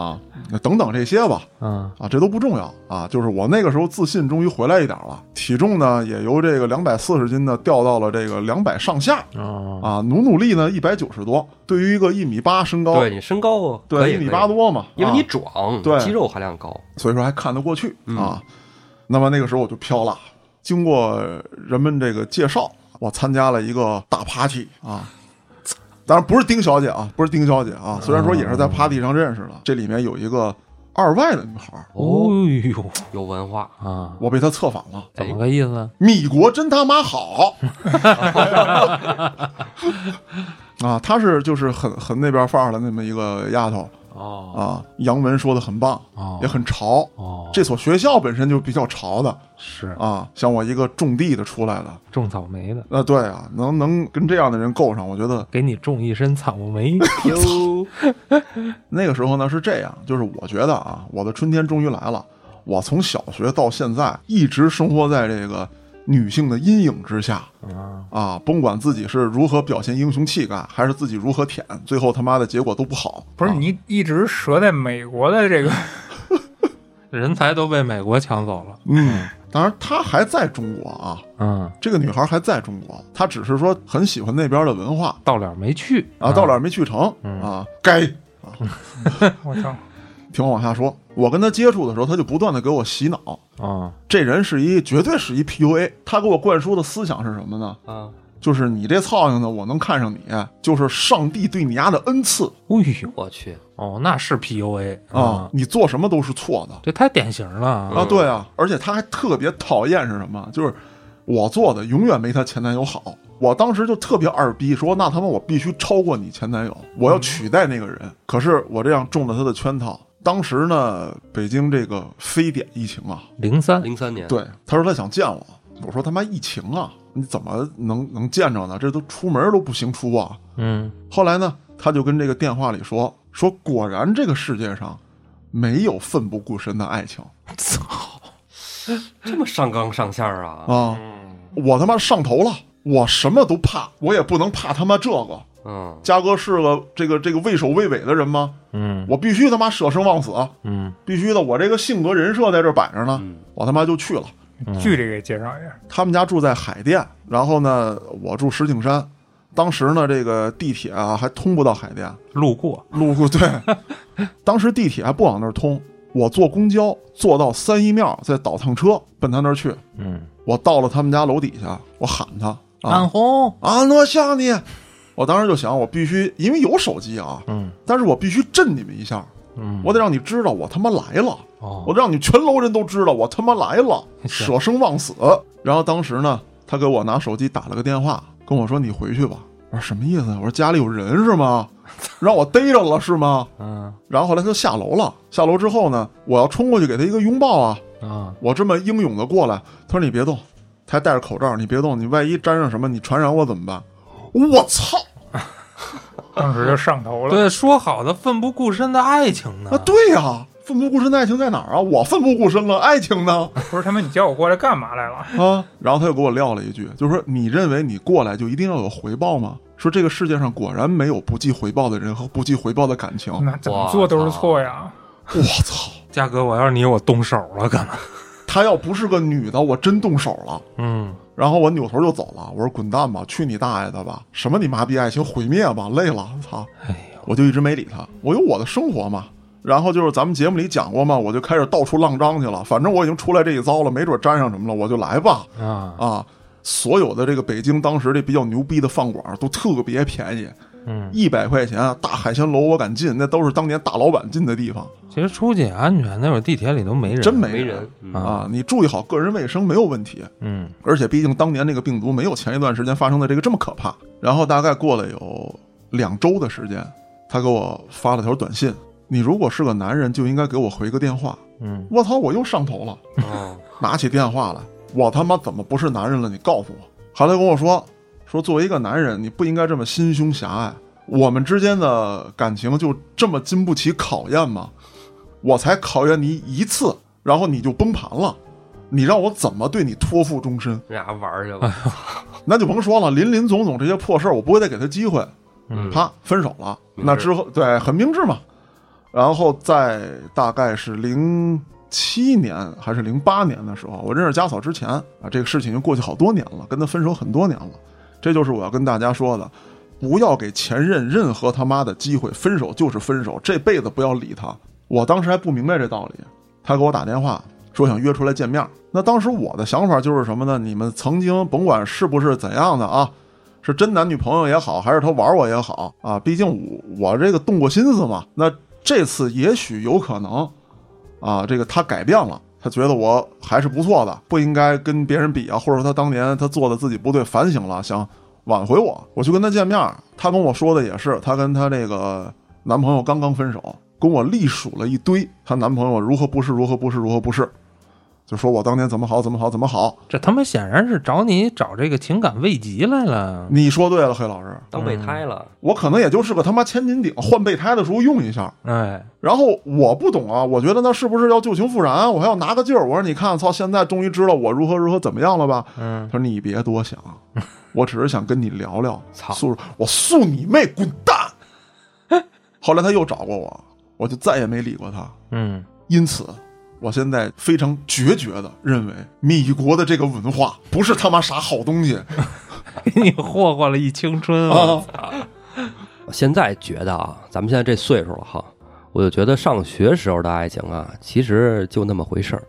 S1: 啊，等等这些吧，
S4: 嗯，
S1: 啊，这都不重要啊，就是我那个时候自信终于回来一点了，体重呢也由这个两百四十斤呢掉到了这个两百上下
S4: 哦，
S1: 啊，努努力呢一百九十多，对于一个一米八身高，
S3: 对你身高啊可
S1: 对
S3: 以
S1: 一米
S3: 可以
S1: 八多嘛，
S3: 因为
S1: 啊
S3: 你壮，
S1: 对
S3: 肌肉含量高。
S1: 所以说还看得过去
S4: 嗯
S1: 啊。那么那个时候我就飘了，经过人们这个介绍，我参加了一个大 party 啊。当然不是丁小姐啊，不是丁小姐
S4: 哦
S1: 啊，虽然说也是在 party 上认识的，这里面有一个二外的女孩，
S3: 哦，
S4: 哦呦
S3: 有文化，
S4: 啊，
S1: 我被她策反了。
S4: 怎么个意思？
S1: 米国真他妈 好啊！她是就是很很那边范儿的那么一个丫头
S4: 哦
S1: 啊，洋文说的很棒，
S4: 哦
S1: 也很潮。
S4: 哦，
S1: 这所学校本身就比较潮的，
S4: 是
S1: 啊，像我一个种地的出来的，
S4: 种草莓的，
S1: 那对啊，能能跟这样的人够上，我觉得
S4: 给你种一身草莓。
S3: 哟，
S1: 那个时候呢是这样，就是我觉得啊，我的春天终于来了。我从小学到现在一直生活在这个女性的阴影之下
S4: 啊，
S1: 啊，甭管自己是如何表现英雄气概，还是自己如何舔，最后他妈的结果都不好。
S2: 不是
S1: 啊
S2: 你一直折在美国的 这个，
S4: 人才都被美国抢走了。
S1: 嗯，当然她还在中国啊，
S4: 嗯，
S1: 这个女孩还在中国，她只是说很喜欢那边的文化
S4: 到了没去
S1: 啊，到哪儿没去成
S4: 嗯
S1: 啊，该。
S2: 我操，
S1: 听我往下说，我跟她接触的时候，她就不断的给我洗脑。
S4: 啊，
S1: 这人是一绝对是一 PUA，她给我灌输的思想是什么呢？
S3: 啊，
S1: 就是你这操性呢，我能看上你，就是上帝对你丫的恩赐
S4: 哎呦，
S3: 我去，
S4: 哦，那是 PUA
S1: 啊，，你做什么都是错的
S4: 嗯这太典型了啊
S1: 啊，对啊，而且她还特别讨厌是什么？就是我做的永远没她前男友好。我当时就特别二逼，说那他妈我必须超过你前男友，我要取代那个人。可是我这样中了他的圈套。当时呢，北京这个非典疫情啊，
S4: 零三
S3: 零三年，
S1: 对，他说他想见我，我说他妈疫情啊，你怎么能能见着呢？这都出门都不行出啊，
S4: 嗯
S1: 后来呢，他就跟这个电话里说说，果然这个世界上没有奋不顾身的爱情啊
S3: 这么上纲上线儿啊，
S4: 哦
S1: 啊！我他妈上头了，我什么都怕，我也不能怕他妈这个。
S3: 嗯，
S1: 嘉哥是个这个这个畏首畏尾的人吗？
S4: 嗯
S1: 我必须他妈舍生忘死，
S4: 嗯，
S1: 必须的！我这个性格人设在这摆着呢
S3: 嗯，
S1: 我他妈就去了。
S2: 剧里给介绍一下，
S1: 他们家住在海淀，然后呢，我住石景山。当时呢，这个地铁啊还通不到海淀，
S4: 路过
S1: 路过对， 当时地铁还不往那儿通，我坐公交坐到三一庙，再倒趟车奔他那儿去。
S4: 嗯，
S1: 我到了他们家楼底下，我喊他啊
S4: 红，
S1: 啊，我想你！我当时就想，我必须因为有手机啊，
S4: 嗯
S1: 但是我必须震你们一下，
S4: 嗯，
S1: 我得让你知道我他妈来了，我
S4: 哦，
S1: 得让你全楼人都知道我他妈来了，
S4: 是
S1: 舍生忘死。然后当时呢，他给我拿手机打了个电话，跟我说你回去吧。我说什么意思？我说家里有人是 吗？让我逮着了是吗？
S4: 嗯
S1: 然后后来他就下楼了，下楼之后呢，我要冲过去给他一个拥抱啊！
S4: 啊，
S1: 我这么英勇的过来，他说你别动，他还戴着口罩，你别动，你万一沾上什么，你传染我怎么办？我操！
S2: 当时就上头了。
S4: 对，说好的奋不顾身的爱情呢
S1: 啊，？对呀、奋不顾身的爱情在哪儿啊？我奋不顾身了，爱情呢？
S2: 不是他妈，你叫我过来干嘛来了？
S1: 啊！然后他又给我撂了一句，就是说你认为你过来就一定要有回报吗？说这个世界上果然没有不计回报的人和不计回报的感情。
S2: 那怎么做都是错呀！
S1: 我操！
S4: 嘉哥，我要是你，我动手了，可能，
S1: 他要不是个女的，我真动手了。
S4: 嗯，
S1: 然后我扭头就走了，我说滚蛋吧，去你大爷的吧！什么你妈逼爱情毁灭吧，累了，操！
S4: 哎呦，
S1: 我就一直没理他，我有我的生活嘛。然后就是咱们节目里讲过嘛，我就开始到处浪张去了。反正我已经出来这一遭了，没准沾上什么了，我就来吧
S4: 啊，
S1: 啊！所有的这个北京当时这比较牛逼的饭馆都特别便宜，
S4: 嗯，
S1: 一百块钱大海鲜楼我敢进，那都是当年大老板进的地方，
S4: 其实出去也安全，那会儿地铁里都没人，
S1: 真没
S3: 没人，嗯
S1: 啊！你注意好个人卫生没有问题，
S4: 嗯
S1: 而且毕竟当年那个病毒没有前一段时间发生的这个这么可怕。然后大概过了有两周的时间，他给我发了条短信：“你如果是个男人，就应该给我回个电话。
S4: 嗯”
S1: 我操，我又上头了，
S3: 哦，
S1: 拿起电话来，我他妈怎么不是男人了？你告诉我。还来跟我说说，作为一个男人，你不应该这么心胸狭隘。我们之间的感情就这么经不起考验吗？我才考验你一次，然后你就崩盘了，你让我怎么对你托付终身？
S3: 你俩玩儿去吧，
S1: 那就甭说了，林林总总这些破事儿，我不会再给他机会。
S3: 嗯
S1: 啪，分手了。
S3: 明智
S1: 那之后，对，很明智嘛。然后在大概是零七年还是零八年的时候，我认识家嫂之前啊，这个事情已经过去好多年了，跟他分手很多年了。这就是我要跟大家说的，不要给前任任何他妈的机会，分手就是分手，这辈子不要理他。我当时还不明白这道理，他给我打电话说想约出来见面儿。那当时我的想法就是什么呢？你们曾经甭管是不是怎样的啊，是真男女朋友也好，还是他玩我也好啊，毕竟我我这个动过心思嘛。那这次也许有可能啊，这个他改变了，他觉得我还是不错的，不应该跟别人比啊，或者说他当年他做的自己不对，反省了，想挽回我。我去跟他见面，他跟我说的也是，他跟他这个男朋友刚刚分手，跟我隶数了一堆，她男朋友如何不是，如何不是，如何不是。就说我当年怎么好怎么好怎么好。
S4: 这他妈显然是找你找这个情感慰藉来了。
S1: 你说对了，黑老师，
S3: 当备胎了，
S1: 我可能也就是个他妈千斤顶，换备胎的时候用一下。
S4: 哎，
S1: 然后我不懂啊，我觉得那是不是要旧情复燃啊？我还要拿个劲儿。我说你看，操，现在终于知道我如何如何怎么样了吧？
S4: 嗯
S1: 他说你别多想，我只是想跟你聊聊。
S3: 操
S1: 诉我诉你妹，滚蛋！后来他又找过我，我就再也没理过他。
S4: 嗯，
S1: 因此，我现在非常决绝的认为，米国的这个文化不是他妈啥好东西
S4: 给你霍霍了一青春
S1: 啊！
S3: 我现在觉得啊，咱们现在这岁数了哈，我就觉得上学时候的爱情啊，其实就那么回事儿。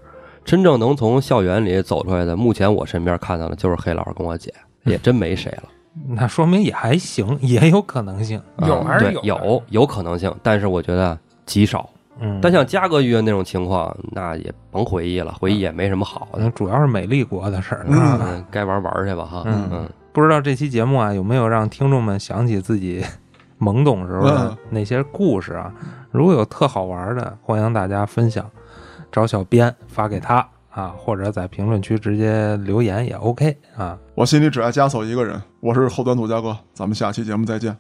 S3: 真正能从校园里走出来的，目前我身边看到的就是黑老师跟我姐， 也真没谁了。
S4: 那说明也还行，也有可能性。
S2: 有
S3: 啊
S2: 还是
S3: 对
S2: 有的
S3: 有有可能性，但是我觉得极少。
S4: 嗯，
S3: 但像嘉哥遇见那种情况，那也甭回忆了，回忆也没什么好
S4: 可
S3: 的
S4: 能。主要是美丽国的事儿。
S1: 嗯
S4: 啊
S3: 嗯，该玩玩去吧哈。
S4: 嗯
S3: 嗯，
S4: 不知道这期节目啊有没有让听众们想起自己懵懂时候的
S1: 嗯
S4: 那些故事啊？如果有特好玩的，欢迎大家分享，找小编发给他啊，或者在评论区直接留言也 OK 啊。
S1: 我心里只爱枷锁一个人。我是后端组嘉哥，咱们下期节目再见，